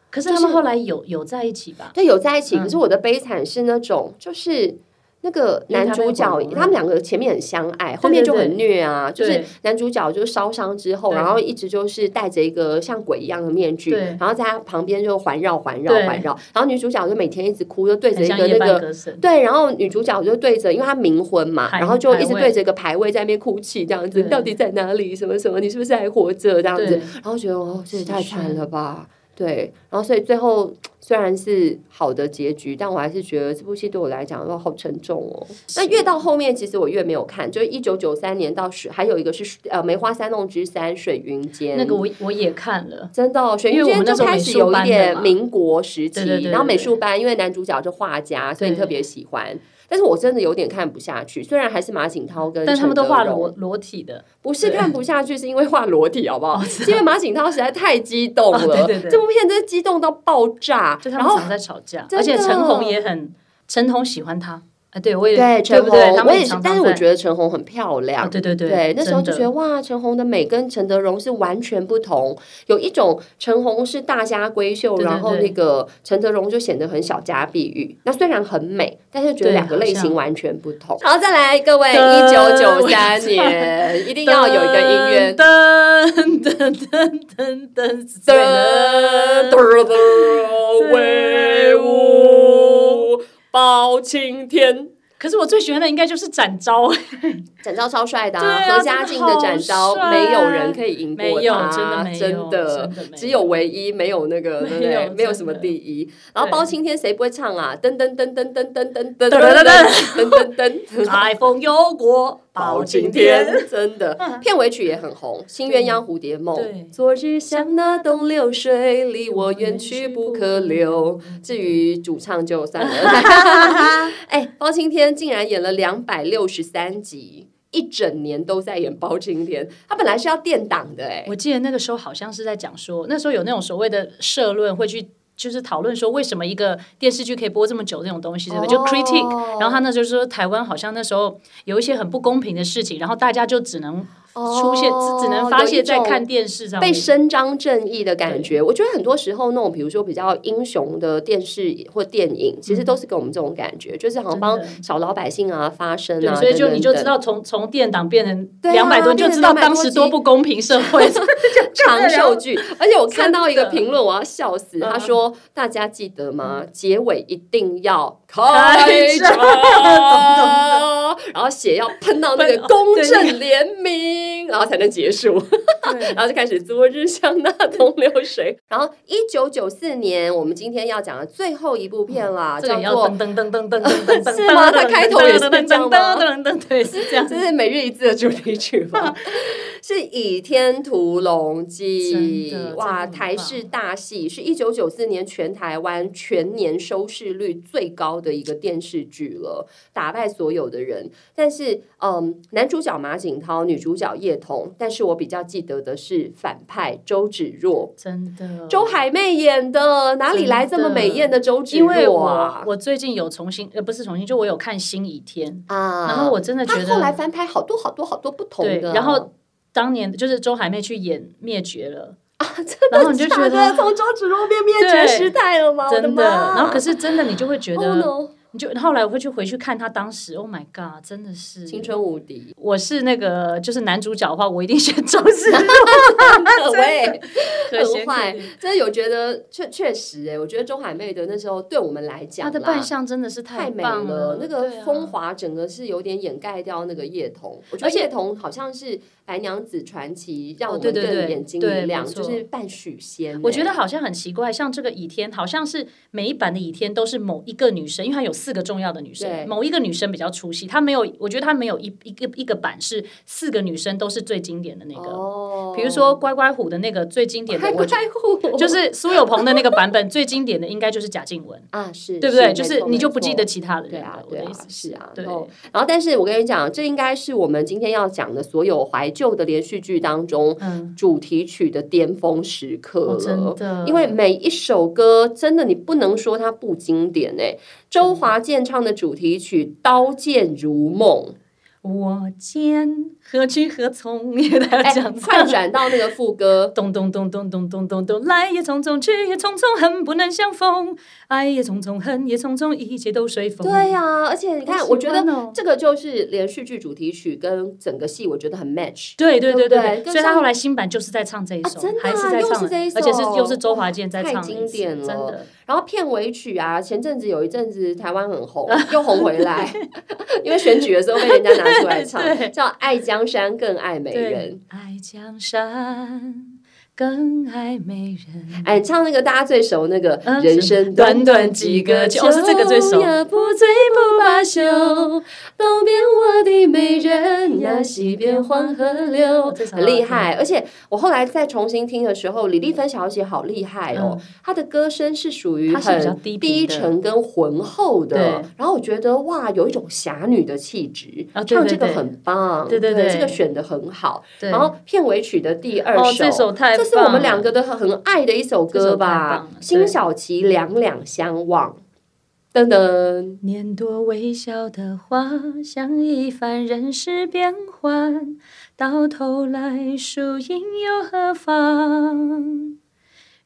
Speaker 3: 可是他
Speaker 2: 就
Speaker 3: 们
Speaker 2: 是
Speaker 3: 后来有有在一起吧？
Speaker 2: 对，有在一起，
Speaker 3: 嗯
Speaker 2: 可是我的悲惨是那种，就是那个
Speaker 3: 因为
Speaker 2: 男
Speaker 3: 他被
Speaker 2: 主角
Speaker 3: 毁，容了
Speaker 2: 他们两个前面很相爱，后面就很虐啊，就
Speaker 3: 对
Speaker 2: 是男主角就是烧伤之后，
Speaker 3: 对
Speaker 2: 然后一直就是戴着一个像鬼一样的面具，
Speaker 3: 对
Speaker 2: 然后在他旁边就环绕、环绕、
Speaker 3: 对
Speaker 2: 环绕，然后女主角就每天一直哭，就对着
Speaker 3: 很
Speaker 2: 一
Speaker 3: 像
Speaker 2: 个
Speaker 3: 夜
Speaker 2: 那
Speaker 3: 半
Speaker 2: 个。
Speaker 3: 歌声。
Speaker 2: 对，然后女主角就对着，因为她冥婚嘛，
Speaker 3: 牌
Speaker 2: 然后就一直
Speaker 3: 牌位
Speaker 2: 对着一个牌位在那边哭泣，这样子，
Speaker 3: 对
Speaker 2: 到底在哪里？什么什么？你是不是还活着？这样子
Speaker 3: 对，
Speaker 2: 然后觉得哦，这也
Speaker 3: 是
Speaker 2: 太
Speaker 3: 是
Speaker 2: 惨了吧。对，然后所以最后虽然是好的结局，但我还是觉得这部戏对我来讲哇好沉重哦。那越到后面，其实我越没有看，就是一九九三年到水，还有一个是呃《梅花三弄之三》水云间
Speaker 3: 那个我我也看了，
Speaker 2: 真的、哦，水
Speaker 3: 因
Speaker 2: 云
Speaker 3: 为
Speaker 2: 间
Speaker 3: 我们
Speaker 2: 就
Speaker 3: 那时候
Speaker 2: 开
Speaker 3: 美
Speaker 2: 始
Speaker 3: 术
Speaker 2: 有一
Speaker 3: 班的
Speaker 2: 点
Speaker 3: 嘛
Speaker 2: 民国时期，
Speaker 3: 对对对对
Speaker 2: 然后美术班，因为男主角是画家，所以
Speaker 3: 对
Speaker 2: 特别喜欢。但是我真的有点看不下去，虽然还是马景涛跟，
Speaker 3: 但他们都画裸，裸体的，
Speaker 2: 不是看不下去，是因为画裸体，好不好？是因为马景涛实在太激动了，
Speaker 3: 哦 对对对
Speaker 2: 这部片真的激动到爆炸，
Speaker 3: 就他
Speaker 2: 然
Speaker 3: 们
Speaker 2: 后
Speaker 3: 常在吵架，
Speaker 2: 真的
Speaker 3: 而且陈红也很，陈红喜欢他，啊，对我也
Speaker 2: 对
Speaker 3: 对
Speaker 2: 陈
Speaker 3: 不
Speaker 2: 红，
Speaker 3: 对？他
Speaker 2: 我
Speaker 3: 们
Speaker 2: 也是
Speaker 3: 常，
Speaker 2: 但
Speaker 3: 常
Speaker 2: 是我
Speaker 3: 在
Speaker 2: 觉得陈红很漂亮，
Speaker 3: 啊，对对对
Speaker 2: 对，那时候就觉得
Speaker 3: 得
Speaker 2: 哇，陈红的美跟陈德容是完全不同，有一种陈红是大家闺秀，
Speaker 3: 对对
Speaker 2: 然后
Speaker 3: 对
Speaker 2: 那个陈德容就显得很小家碧玉。那虽然很美，但是觉得
Speaker 3: 对
Speaker 2: 两个
Speaker 3: 好
Speaker 2: 类
Speaker 3: 像
Speaker 2: 型完全不同。好，再来各位，一
Speaker 3: 噔
Speaker 2: 九九
Speaker 3: 我
Speaker 2: 三
Speaker 3: 知道
Speaker 2: 年一定要有一个音乐。
Speaker 3: 噔噔噔噔噔
Speaker 2: 噔噔
Speaker 3: 噔
Speaker 2: 噔，威武包青天，
Speaker 3: 可是我最喜欢的应该就是展昭，
Speaker 2: 展昭超帅的、
Speaker 3: 对啊
Speaker 2: 何家劲的展昭
Speaker 3: 真的好帅
Speaker 2: 没有人可以赢
Speaker 3: 没
Speaker 2: 过
Speaker 3: 有
Speaker 2: 他，
Speaker 3: 真的没有
Speaker 2: 真的
Speaker 3: 真的没有
Speaker 2: 只有唯一，没有那个，
Speaker 3: 没
Speaker 2: 对
Speaker 3: 有
Speaker 2: 不对？
Speaker 3: 真的
Speaker 2: 没有什么第一。然后
Speaker 3: 对
Speaker 2: 包青天谁不会唱啊？噔噔噔噔噔噔噔噔噔噔
Speaker 3: 噔
Speaker 2: 噔噔噔噔。
Speaker 3: 台风有过包青天，，嗯
Speaker 2: 真的，片尾曲也很红，《新鸳鸯蝴蝶梦》。
Speaker 3: 对
Speaker 2: 昨日像那东流水，离我远去不可留。
Speaker 3: 嗯
Speaker 2: 至于主唱就算 了。哎，包青天竟然演了两百六十三集，一整年都在演包青天。他本来是要垫档的，哎，
Speaker 3: 我记得那个时候好像是在讲说，那时候有那种所谓的社论会去。就是讨论说为什么一个电视剧可以播这么久这种东西，对吧？就
Speaker 2: 哦
Speaker 3: critic，、然后他那就是说台湾好像那时候有一些很不公平的事情，然后大家就只能出现，只只
Speaker 2: 哦
Speaker 3: 能发泄在看电视上面。
Speaker 2: 被伸张正义的感觉。我觉得很多时候那种，比如说比较英雄的电视或电影，其实都是给我们这种感觉，就是好像帮
Speaker 3: 嗯真的
Speaker 2: 小老百姓啊发声
Speaker 3: 对，
Speaker 2: 啊，
Speaker 3: 所以就
Speaker 2: 等等
Speaker 3: 你就知
Speaker 2: 等
Speaker 3: 道从从电档变成
Speaker 2: 对啊
Speaker 3: 两百多，你就知道
Speaker 2: 变成
Speaker 3: 当
Speaker 2: 200多
Speaker 3: 时
Speaker 2: 集
Speaker 3: 多不公平社 会。
Speaker 2: 长寿剧，而且我看到一个
Speaker 3: 真的
Speaker 2: 评论，我要笑死。
Speaker 3: 嗯
Speaker 2: 他说：“大家记得吗？结尾一定要
Speaker 3: 开
Speaker 2: 开
Speaker 3: 车
Speaker 2: 车，然后血要喷到那个
Speaker 3: 喷哦
Speaker 2: 公
Speaker 3: 对
Speaker 2: 正联名，然后才能结束。 然后就开始昨日像 那东流水。然后一九九四年，我们今天要讲的最后一部片啦，
Speaker 3: 嗯这个
Speaker 2: 叫
Speaker 3: 也要
Speaker 2: 做
Speaker 3: 噔噔噔噔噔噔噔噔，
Speaker 2: 是吗它开头也是这样吗
Speaker 3: 噔噔噔噔噔，对，是这样。
Speaker 2: 这是每日一字的主题曲 吗？是《倚天屠龙记
Speaker 3: 真的》
Speaker 2: 哇，
Speaker 3: 真的很棒
Speaker 2: 台式大戏是一九九四年全台湾全年收视率最高的一个电视剧了，打败所有的人。但是，嗯，男主角马景涛，女主角叶童，但是我比较记得的是反派周芷若，
Speaker 3: 真的，
Speaker 2: 周海媚演的，哪里来这么美艳的周芷
Speaker 3: 因为
Speaker 2: 若
Speaker 3: 我
Speaker 2: 啊？
Speaker 3: 我最近有重新，呃，不是重新，就我有看《新倚天
Speaker 2: 啊》，
Speaker 3: 然后我真的觉
Speaker 2: 她后来
Speaker 3: 得，
Speaker 2: 翻拍好多好多好多不同
Speaker 3: 对，
Speaker 2: 的啊，
Speaker 3: 然后当年就是周海媚去演灭绝了。
Speaker 2: 啊真
Speaker 3: 然后你就觉得
Speaker 2: 假的从周芷若变灭绝
Speaker 3: 对
Speaker 2: 师太了吗？我
Speaker 3: 真
Speaker 2: 妈
Speaker 3: 的，然后可是真的，你就会觉
Speaker 2: Oh
Speaker 3: 得，
Speaker 2: no，
Speaker 3: 你就后来我会去回去看他当时，Oh my God，真的是
Speaker 2: 青。春无 敌，
Speaker 3: 我是那个就是男主角的话，我一定选 周芷若，
Speaker 2: 喂，
Speaker 3: 对
Speaker 2: 很
Speaker 3: 先
Speaker 2: 坏
Speaker 3: 肯定。
Speaker 2: 真的有觉得确确实哎、我觉得周海媚的那时候对我们来讲
Speaker 3: 他
Speaker 2: 啦，
Speaker 3: 的扮相真的是
Speaker 2: 太美
Speaker 3: 棒
Speaker 2: 了，那个
Speaker 3: 对啊
Speaker 2: 风华整个是有点掩盖掉那个叶童。我觉得
Speaker 3: 而且哦
Speaker 2: 叶童好像是《白娘子传奇》，让我
Speaker 3: 对
Speaker 2: 们
Speaker 3: 对
Speaker 2: 更
Speaker 3: 对
Speaker 2: 眼睛
Speaker 3: 对
Speaker 2: 一亮，
Speaker 3: 没
Speaker 2: 就
Speaker 3: 错
Speaker 2: 是扮许仙欸。
Speaker 3: 我觉得好像很奇怪，像这个倚天，好像是每一版的倚天都是某一个女生，因为它有四个重要的女
Speaker 2: 对
Speaker 3: 生，某一个女生比较出戏，她没有，我觉得她没有一一个一个版是四个女生都是最经典的那个，
Speaker 2: 哦，
Speaker 3: 比如说乖乖虎的那个最经典的
Speaker 2: 还，不
Speaker 3: 我
Speaker 2: 在乎，
Speaker 3: 就是苏有朋的那个版本最经典的应该就是贾静雯，
Speaker 2: 啊，是
Speaker 3: 对不对？
Speaker 2: 没
Speaker 3: 就
Speaker 2: 错
Speaker 3: 是你就
Speaker 2: 没
Speaker 3: 不记
Speaker 2: 错
Speaker 3: 得其他的
Speaker 2: 对
Speaker 3: 人
Speaker 2: 啊
Speaker 3: 了，，我
Speaker 2: 对
Speaker 3: 的
Speaker 2: 啊
Speaker 3: 意思，
Speaker 2: 是啊，
Speaker 3: 对
Speaker 2: 然后，然后，但是我跟你讲，这应该是我们今天要讲的所有怀旧的连续剧当中
Speaker 3: 嗯，
Speaker 2: 主题曲的巅峰时刻
Speaker 3: 哦真
Speaker 2: 了。
Speaker 3: 的，
Speaker 2: 因为每一首歌真的，你不能说它不经典哎、
Speaker 3: 嗯
Speaker 2: 周华健唱的主题曲《刀剑如梦
Speaker 3: 我见何去何从，也大》，
Speaker 2: 哎
Speaker 3: 家这样，子。
Speaker 2: 快转到那个副 歌，
Speaker 3: 咚咚咚咚咚咚咚咚，来也匆匆，去也匆匆，恨不能相逢；爱也匆匆，恨也匆匆，一切都随风。
Speaker 2: 对呀、而且你看，
Speaker 3: 哦好
Speaker 2: 我
Speaker 3: 喜
Speaker 2: 觉得
Speaker 3: 欢哦
Speaker 2: 这个就是连续剧主题曲跟整个戏，我觉得很 match。
Speaker 3: 对对对
Speaker 2: 对
Speaker 3: 对
Speaker 2: 不对
Speaker 3: 对
Speaker 2: 就
Speaker 3: 所以他
Speaker 2: 像
Speaker 3: 后来新版就是在唱这一首，
Speaker 2: 啊真的啊
Speaker 3: 还是在
Speaker 2: 又
Speaker 3: 唱，
Speaker 2: 是这一首
Speaker 3: 而且是又是周华健在
Speaker 2: 太
Speaker 3: 唱的一次，
Speaker 2: 经典了
Speaker 3: 真的。
Speaker 2: 然后片尾曲啊，前阵子有一阵子台湾很红，又红回 来，因为选举的时候被人家拿出来唱
Speaker 3: 对，对
Speaker 2: 叫《爱江山更爱美人
Speaker 3: 对》。，爱江山更爱美人。
Speaker 2: 哎，唱那个大家最熟那个“
Speaker 3: 嗯
Speaker 2: 人生短短几个秋”，
Speaker 3: 哦是这个最熟
Speaker 2: 呀不醉不罢休，东边我的美人呀，西边黄河流
Speaker 3: 哦这，首好
Speaker 2: 很厉害。而且我后来再重新听的时候，李丽芬小姐好厉害哦
Speaker 3: 嗯，
Speaker 2: 她的歌声是属于
Speaker 3: 她是比较
Speaker 2: 很
Speaker 3: 低频
Speaker 2: 低
Speaker 3: 的
Speaker 2: 沉跟浑厚的
Speaker 3: 对。
Speaker 2: 然后我觉得哇，有一种侠女的气质，
Speaker 3: 啊对
Speaker 2: 唱这个
Speaker 3: 对对
Speaker 2: 很棒，
Speaker 3: 对对对
Speaker 2: 这个选的很好。
Speaker 3: 对
Speaker 2: 然后片尾曲的第二
Speaker 3: 哦
Speaker 2: 首，
Speaker 3: 这首太
Speaker 2: 这是我
Speaker 3: 棒
Speaker 2: 们
Speaker 3: 了
Speaker 2: 两个都很很爱的一首歌
Speaker 3: 这首太
Speaker 2: 吧
Speaker 3: 棒了？对
Speaker 2: 辛晓琪《两两相望》，噔噔，
Speaker 3: 拈朵微笑的花，像一番人世变幻，到头来输赢又何妨？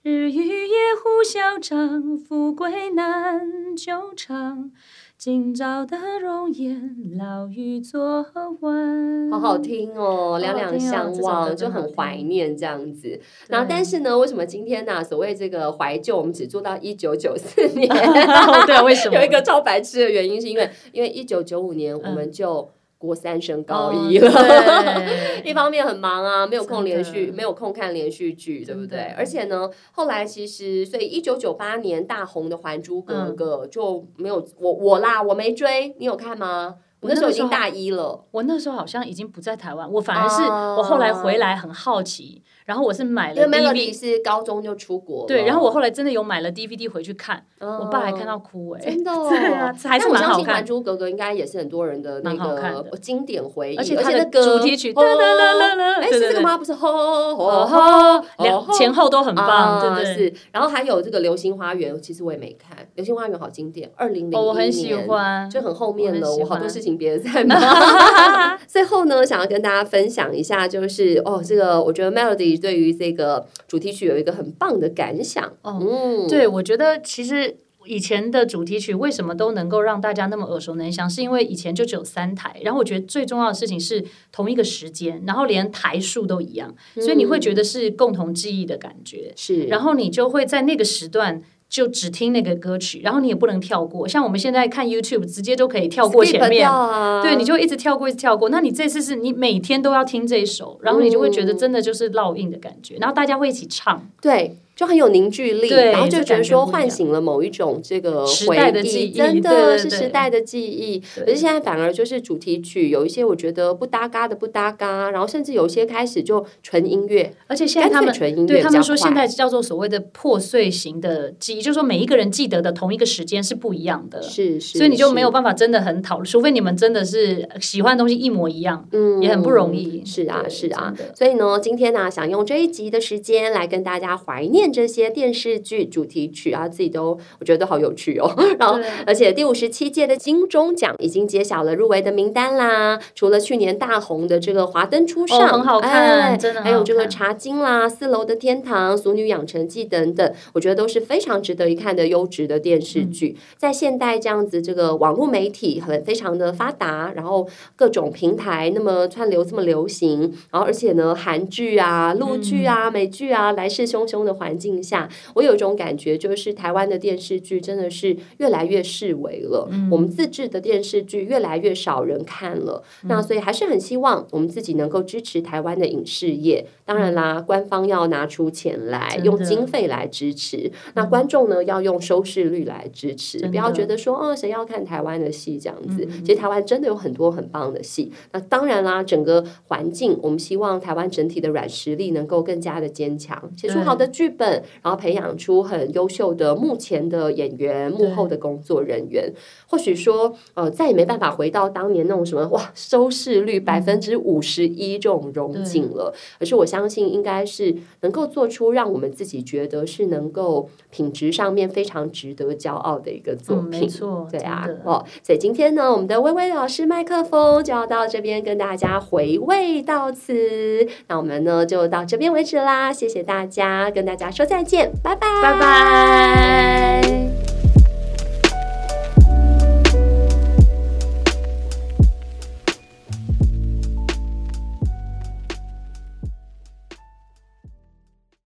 Speaker 3: 日与夜互消长，富贵难久长。今朝的容颜，老于昨晚。
Speaker 2: 好好听哦，两两相
Speaker 3: 嗯好好
Speaker 2: 望，
Speaker 3: 听哦这首歌
Speaker 2: 就
Speaker 3: 很好
Speaker 2: 很
Speaker 3: 听
Speaker 2: 怀念这样子。
Speaker 3: 对。
Speaker 2: 然后，但是呢，为什么今天呢、所谓这个怀旧，我们只做到一九九四年？
Speaker 3: 对啊，为什 么？嗯
Speaker 2: 有一个超白痴的原因，是因为因为一九九五年我们就国三升高一了。
Speaker 3: 哦
Speaker 2: 一
Speaker 3: 对
Speaker 2: 方面很忙啊，没有空
Speaker 3: 真的
Speaker 2: 连续，没有空看连续剧，对不
Speaker 3: 真
Speaker 2: 对
Speaker 3: 的？
Speaker 2: 而且呢，后来其实，所以一九九八年大红的《还珠
Speaker 3: 嗯
Speaker 2: 格格》就没有我我啦，我没追，你有看吗？我
Speaker 3: 我
Speaker 2: 那
Speaker 3: 那
Speaker 2: 时候
Speaker 3: 个
Speaker 2: 已
Speaker 3: 时候
Speaker 2: 经大一了，
Speaker 3: 我那时候好像已经不在台湾，我反而是
Speaker 2: 哦
Speaker 3: 我后来回来很好奇，然后我是买
Speaker 2: 因为
Speaker 3: 了
Speaker 2: Melody
Speaker 3: DVD，
Speaker 2: 是高中就出国了，哦
Speaker 3: 对，然后我后来真的有买了 DVD 回去看，
Speaker 2: 我
Speaker 3: 我爸还看到哭哎，
Speaker 2: 真的、哦，
Speaker 3: 对啊还是
Speaker 2: 但我
Speaker 3: 蛮
Speaker 2: 相
Speaker 3: 好
Speaker 2: 信《
Speaker 3: 看
Speaker 2: 还珠格格》应该也是很多人的那
Speaker 3: 蛮好看
Speaker 2: 个
Speaker 3: 的
Speaker 2: 经典回忆，
Speaker 3: 而且
Speaker 2: 它
Speaker 3: 它的
Speaker 2: 那歌
Speaker 3: 主题曲
Speaker 2: 哒哒
Speaker 3: 哒哒
Speaker 2: 哒
Speaker 3: 哒
Speaker 2: 哒哒，
Speaker 3: 哒哒
Speaker 2: 哎，
Speaker 3: 对
Speaker 2: 是
Speaker 3: 对
Speaker 2: 这个
Speaker 3: 对
Speaker 2: 吗？不是，吼吼吼吼
Speaker 3: 哦吼，
Speaker 2: 吼，
Speaker 3: 两前后都很棒，
Speaker 2: 啊
Speaker 3: 对不对？
Speaker 2: 是，然后还有这个《流星花园》，其实我也没看，《流星花园》好经典，二零零
Speaker 3: 哦，我很喜欢，
Speaker 2: 就很后面了，
Speaker 3: 我
Speaker 2: 我
Speaker 3: 很喜欢
Speaker 2: 好多事情别人在忙。 最后呢，想要跟大家分享一下，就是哦，这个我觉得 Melody 对于这个主题曲有一个很棒的感想。
Speaker 3: 哦
Speaker 2: 嗯，
Speaker 3: 对，我觉得其实以前的主题曲为什么都能够让大家那么耳熟能详，是因为以前就只有三台。然后我觉得最重要的事情是同一个时间，然后连台数都一样，所以你会
Speaker 2: 嗯
Speaker 3: 觉得是共同记忆的感觉。
Speaker 2: 是，
Speaker 3: 然后你就会在那个时段。就只听那个歌曲，然后你也不能跳过。像我们现在看 YouTube，直接就可以跳过
Speaker 2: skip
Speaker 3: 前面，
Speaker 2: 掉啊
Speaker 3: 对，你就一直跳过，一直跳过。那你这次是你每天都要听这一首，然后你就会觉得
Speaker 2: 嗯
Speaker 3: 真的就是烙印的感觉。然后大家会一起唱，
Speaker 2: 对，就很有凝聚力，
Speaker 3: 对
Speaker 2: 然后就觉得
Speaker 3: 这感觉
Speaker 2: 说
Speaker 3: 不一样
Speaker 2: 唤醒了某一种这个
Speaker 3: 时
Speaker 2: 回
Speaker 3: 代的
Speaker 2: 忆
Speaker 3: 记忆
Speaker 2: 真
Speaker 3: 对
Speaker 2: 的
Speaker 3: 对
Speaker 2: 是
Speaker 3: 对
Speaker 2: 时代的记忆。
Speaker 3: 对
Speaker 2: 可是现在反而就是主题曲有一些我觉得不搭嘎的不搭嘎，然后甚至有些开始就纯音乐，
Speaker 3: 而且现在
Speaker 2: 干
Speaker 3: 他
Speaker 2: 脆
Speaker 3: 们
Speaker 2: 纯音乐
Speaker 3: 对他们
Speaker 2: 比较
Speaker 3: 说，
Speaker 2: 快
Speaker 3: 现在叫做所谓的破碎型的记忆，就是说每一个人记得的同一个时间是不一样的，
Speaker 2: 是是，
Speaker 3: 所以你就是没有办法真的很讨论，除非你们真的是喜欢的东西一模一样，
Speaker 2: 嗯
Speaker 3: 也很不容易。
Speaker 2: 是啊，
Speaker 3: 对
Speaker 2: 是啊，
Speaker 3: 真的
Speaker 2: 所以呢，今天呢、想用这一集的时间来跟大家怀念这些电视剧主题曲啊，自己都我觉得都好有趣 哦。然后
Speaker 3: 对啊，
Speaker 2: 而且第五十七届的金钟奖已经揭晓了入围的名单啦，除了去年大红的这个《华灯初上》
Speaker 3: 哦很好看
Speaker 2: 哎
Speaker 3: 真的很好看
Speaker 2: 还有这个《茶经》啦，《四楼的天堂》《俗女养成记》等等，我觉得都是非常值得一看的优质的电视剧。在现代这样子，这个网络媒体很非常的发达，然后各种平台那么串流这么流行，然后而且呢，韩剧啊、陆剧啊、美剧啊来势汹汹的环境下，我有一种感觉，就是台湾的电视剧真的是越来越式微了，我们自制的电视剧越来越少人看了。那所以还是很希望我们自己能够支持台湾的影视业。当然啦，官方要拿出钱来，
Speaker 3: 嗯真的嗯
Speaker 2: 用经费来支持。那观众呢，要用收视率来支持，
Speaker 3: 真的嗯
Speaker 2: 不要觉得说哦，谁要看台湾的戏这样子。其实台湾真的有很多很棒的戏。那当然啦，整个环境，我们希望台湾整体的软实力能够更加的坚强，写出
Speaker 3: 对
Speaker 2: 好的剧本，然后培养出很优秀的幕前的演员、幕后的工作人员。或许说，呃，再也没办法回到当年那种什么哇，收视
Speaker 3: 嗯
Speaker 2: 率百分之五十一这种荣景了。而是我相信，应该是能够做出让我们自己觉得是能够品质上面非常值得骄傲的一个作
Speaker 3: 嗯，
Speaker 2: 品。
Speaker 3: 没错，
Speaker 2: 对啊
Speaker 3: 真，的
Speaker 2: 哦，所以今天呢，我们的微微老师麦克风就要到这边跟大家回味到此，那我们呢就到这边为止啦，谢谢大家，跟大家说再见，拜拜，
Speaker 3: 拜拜。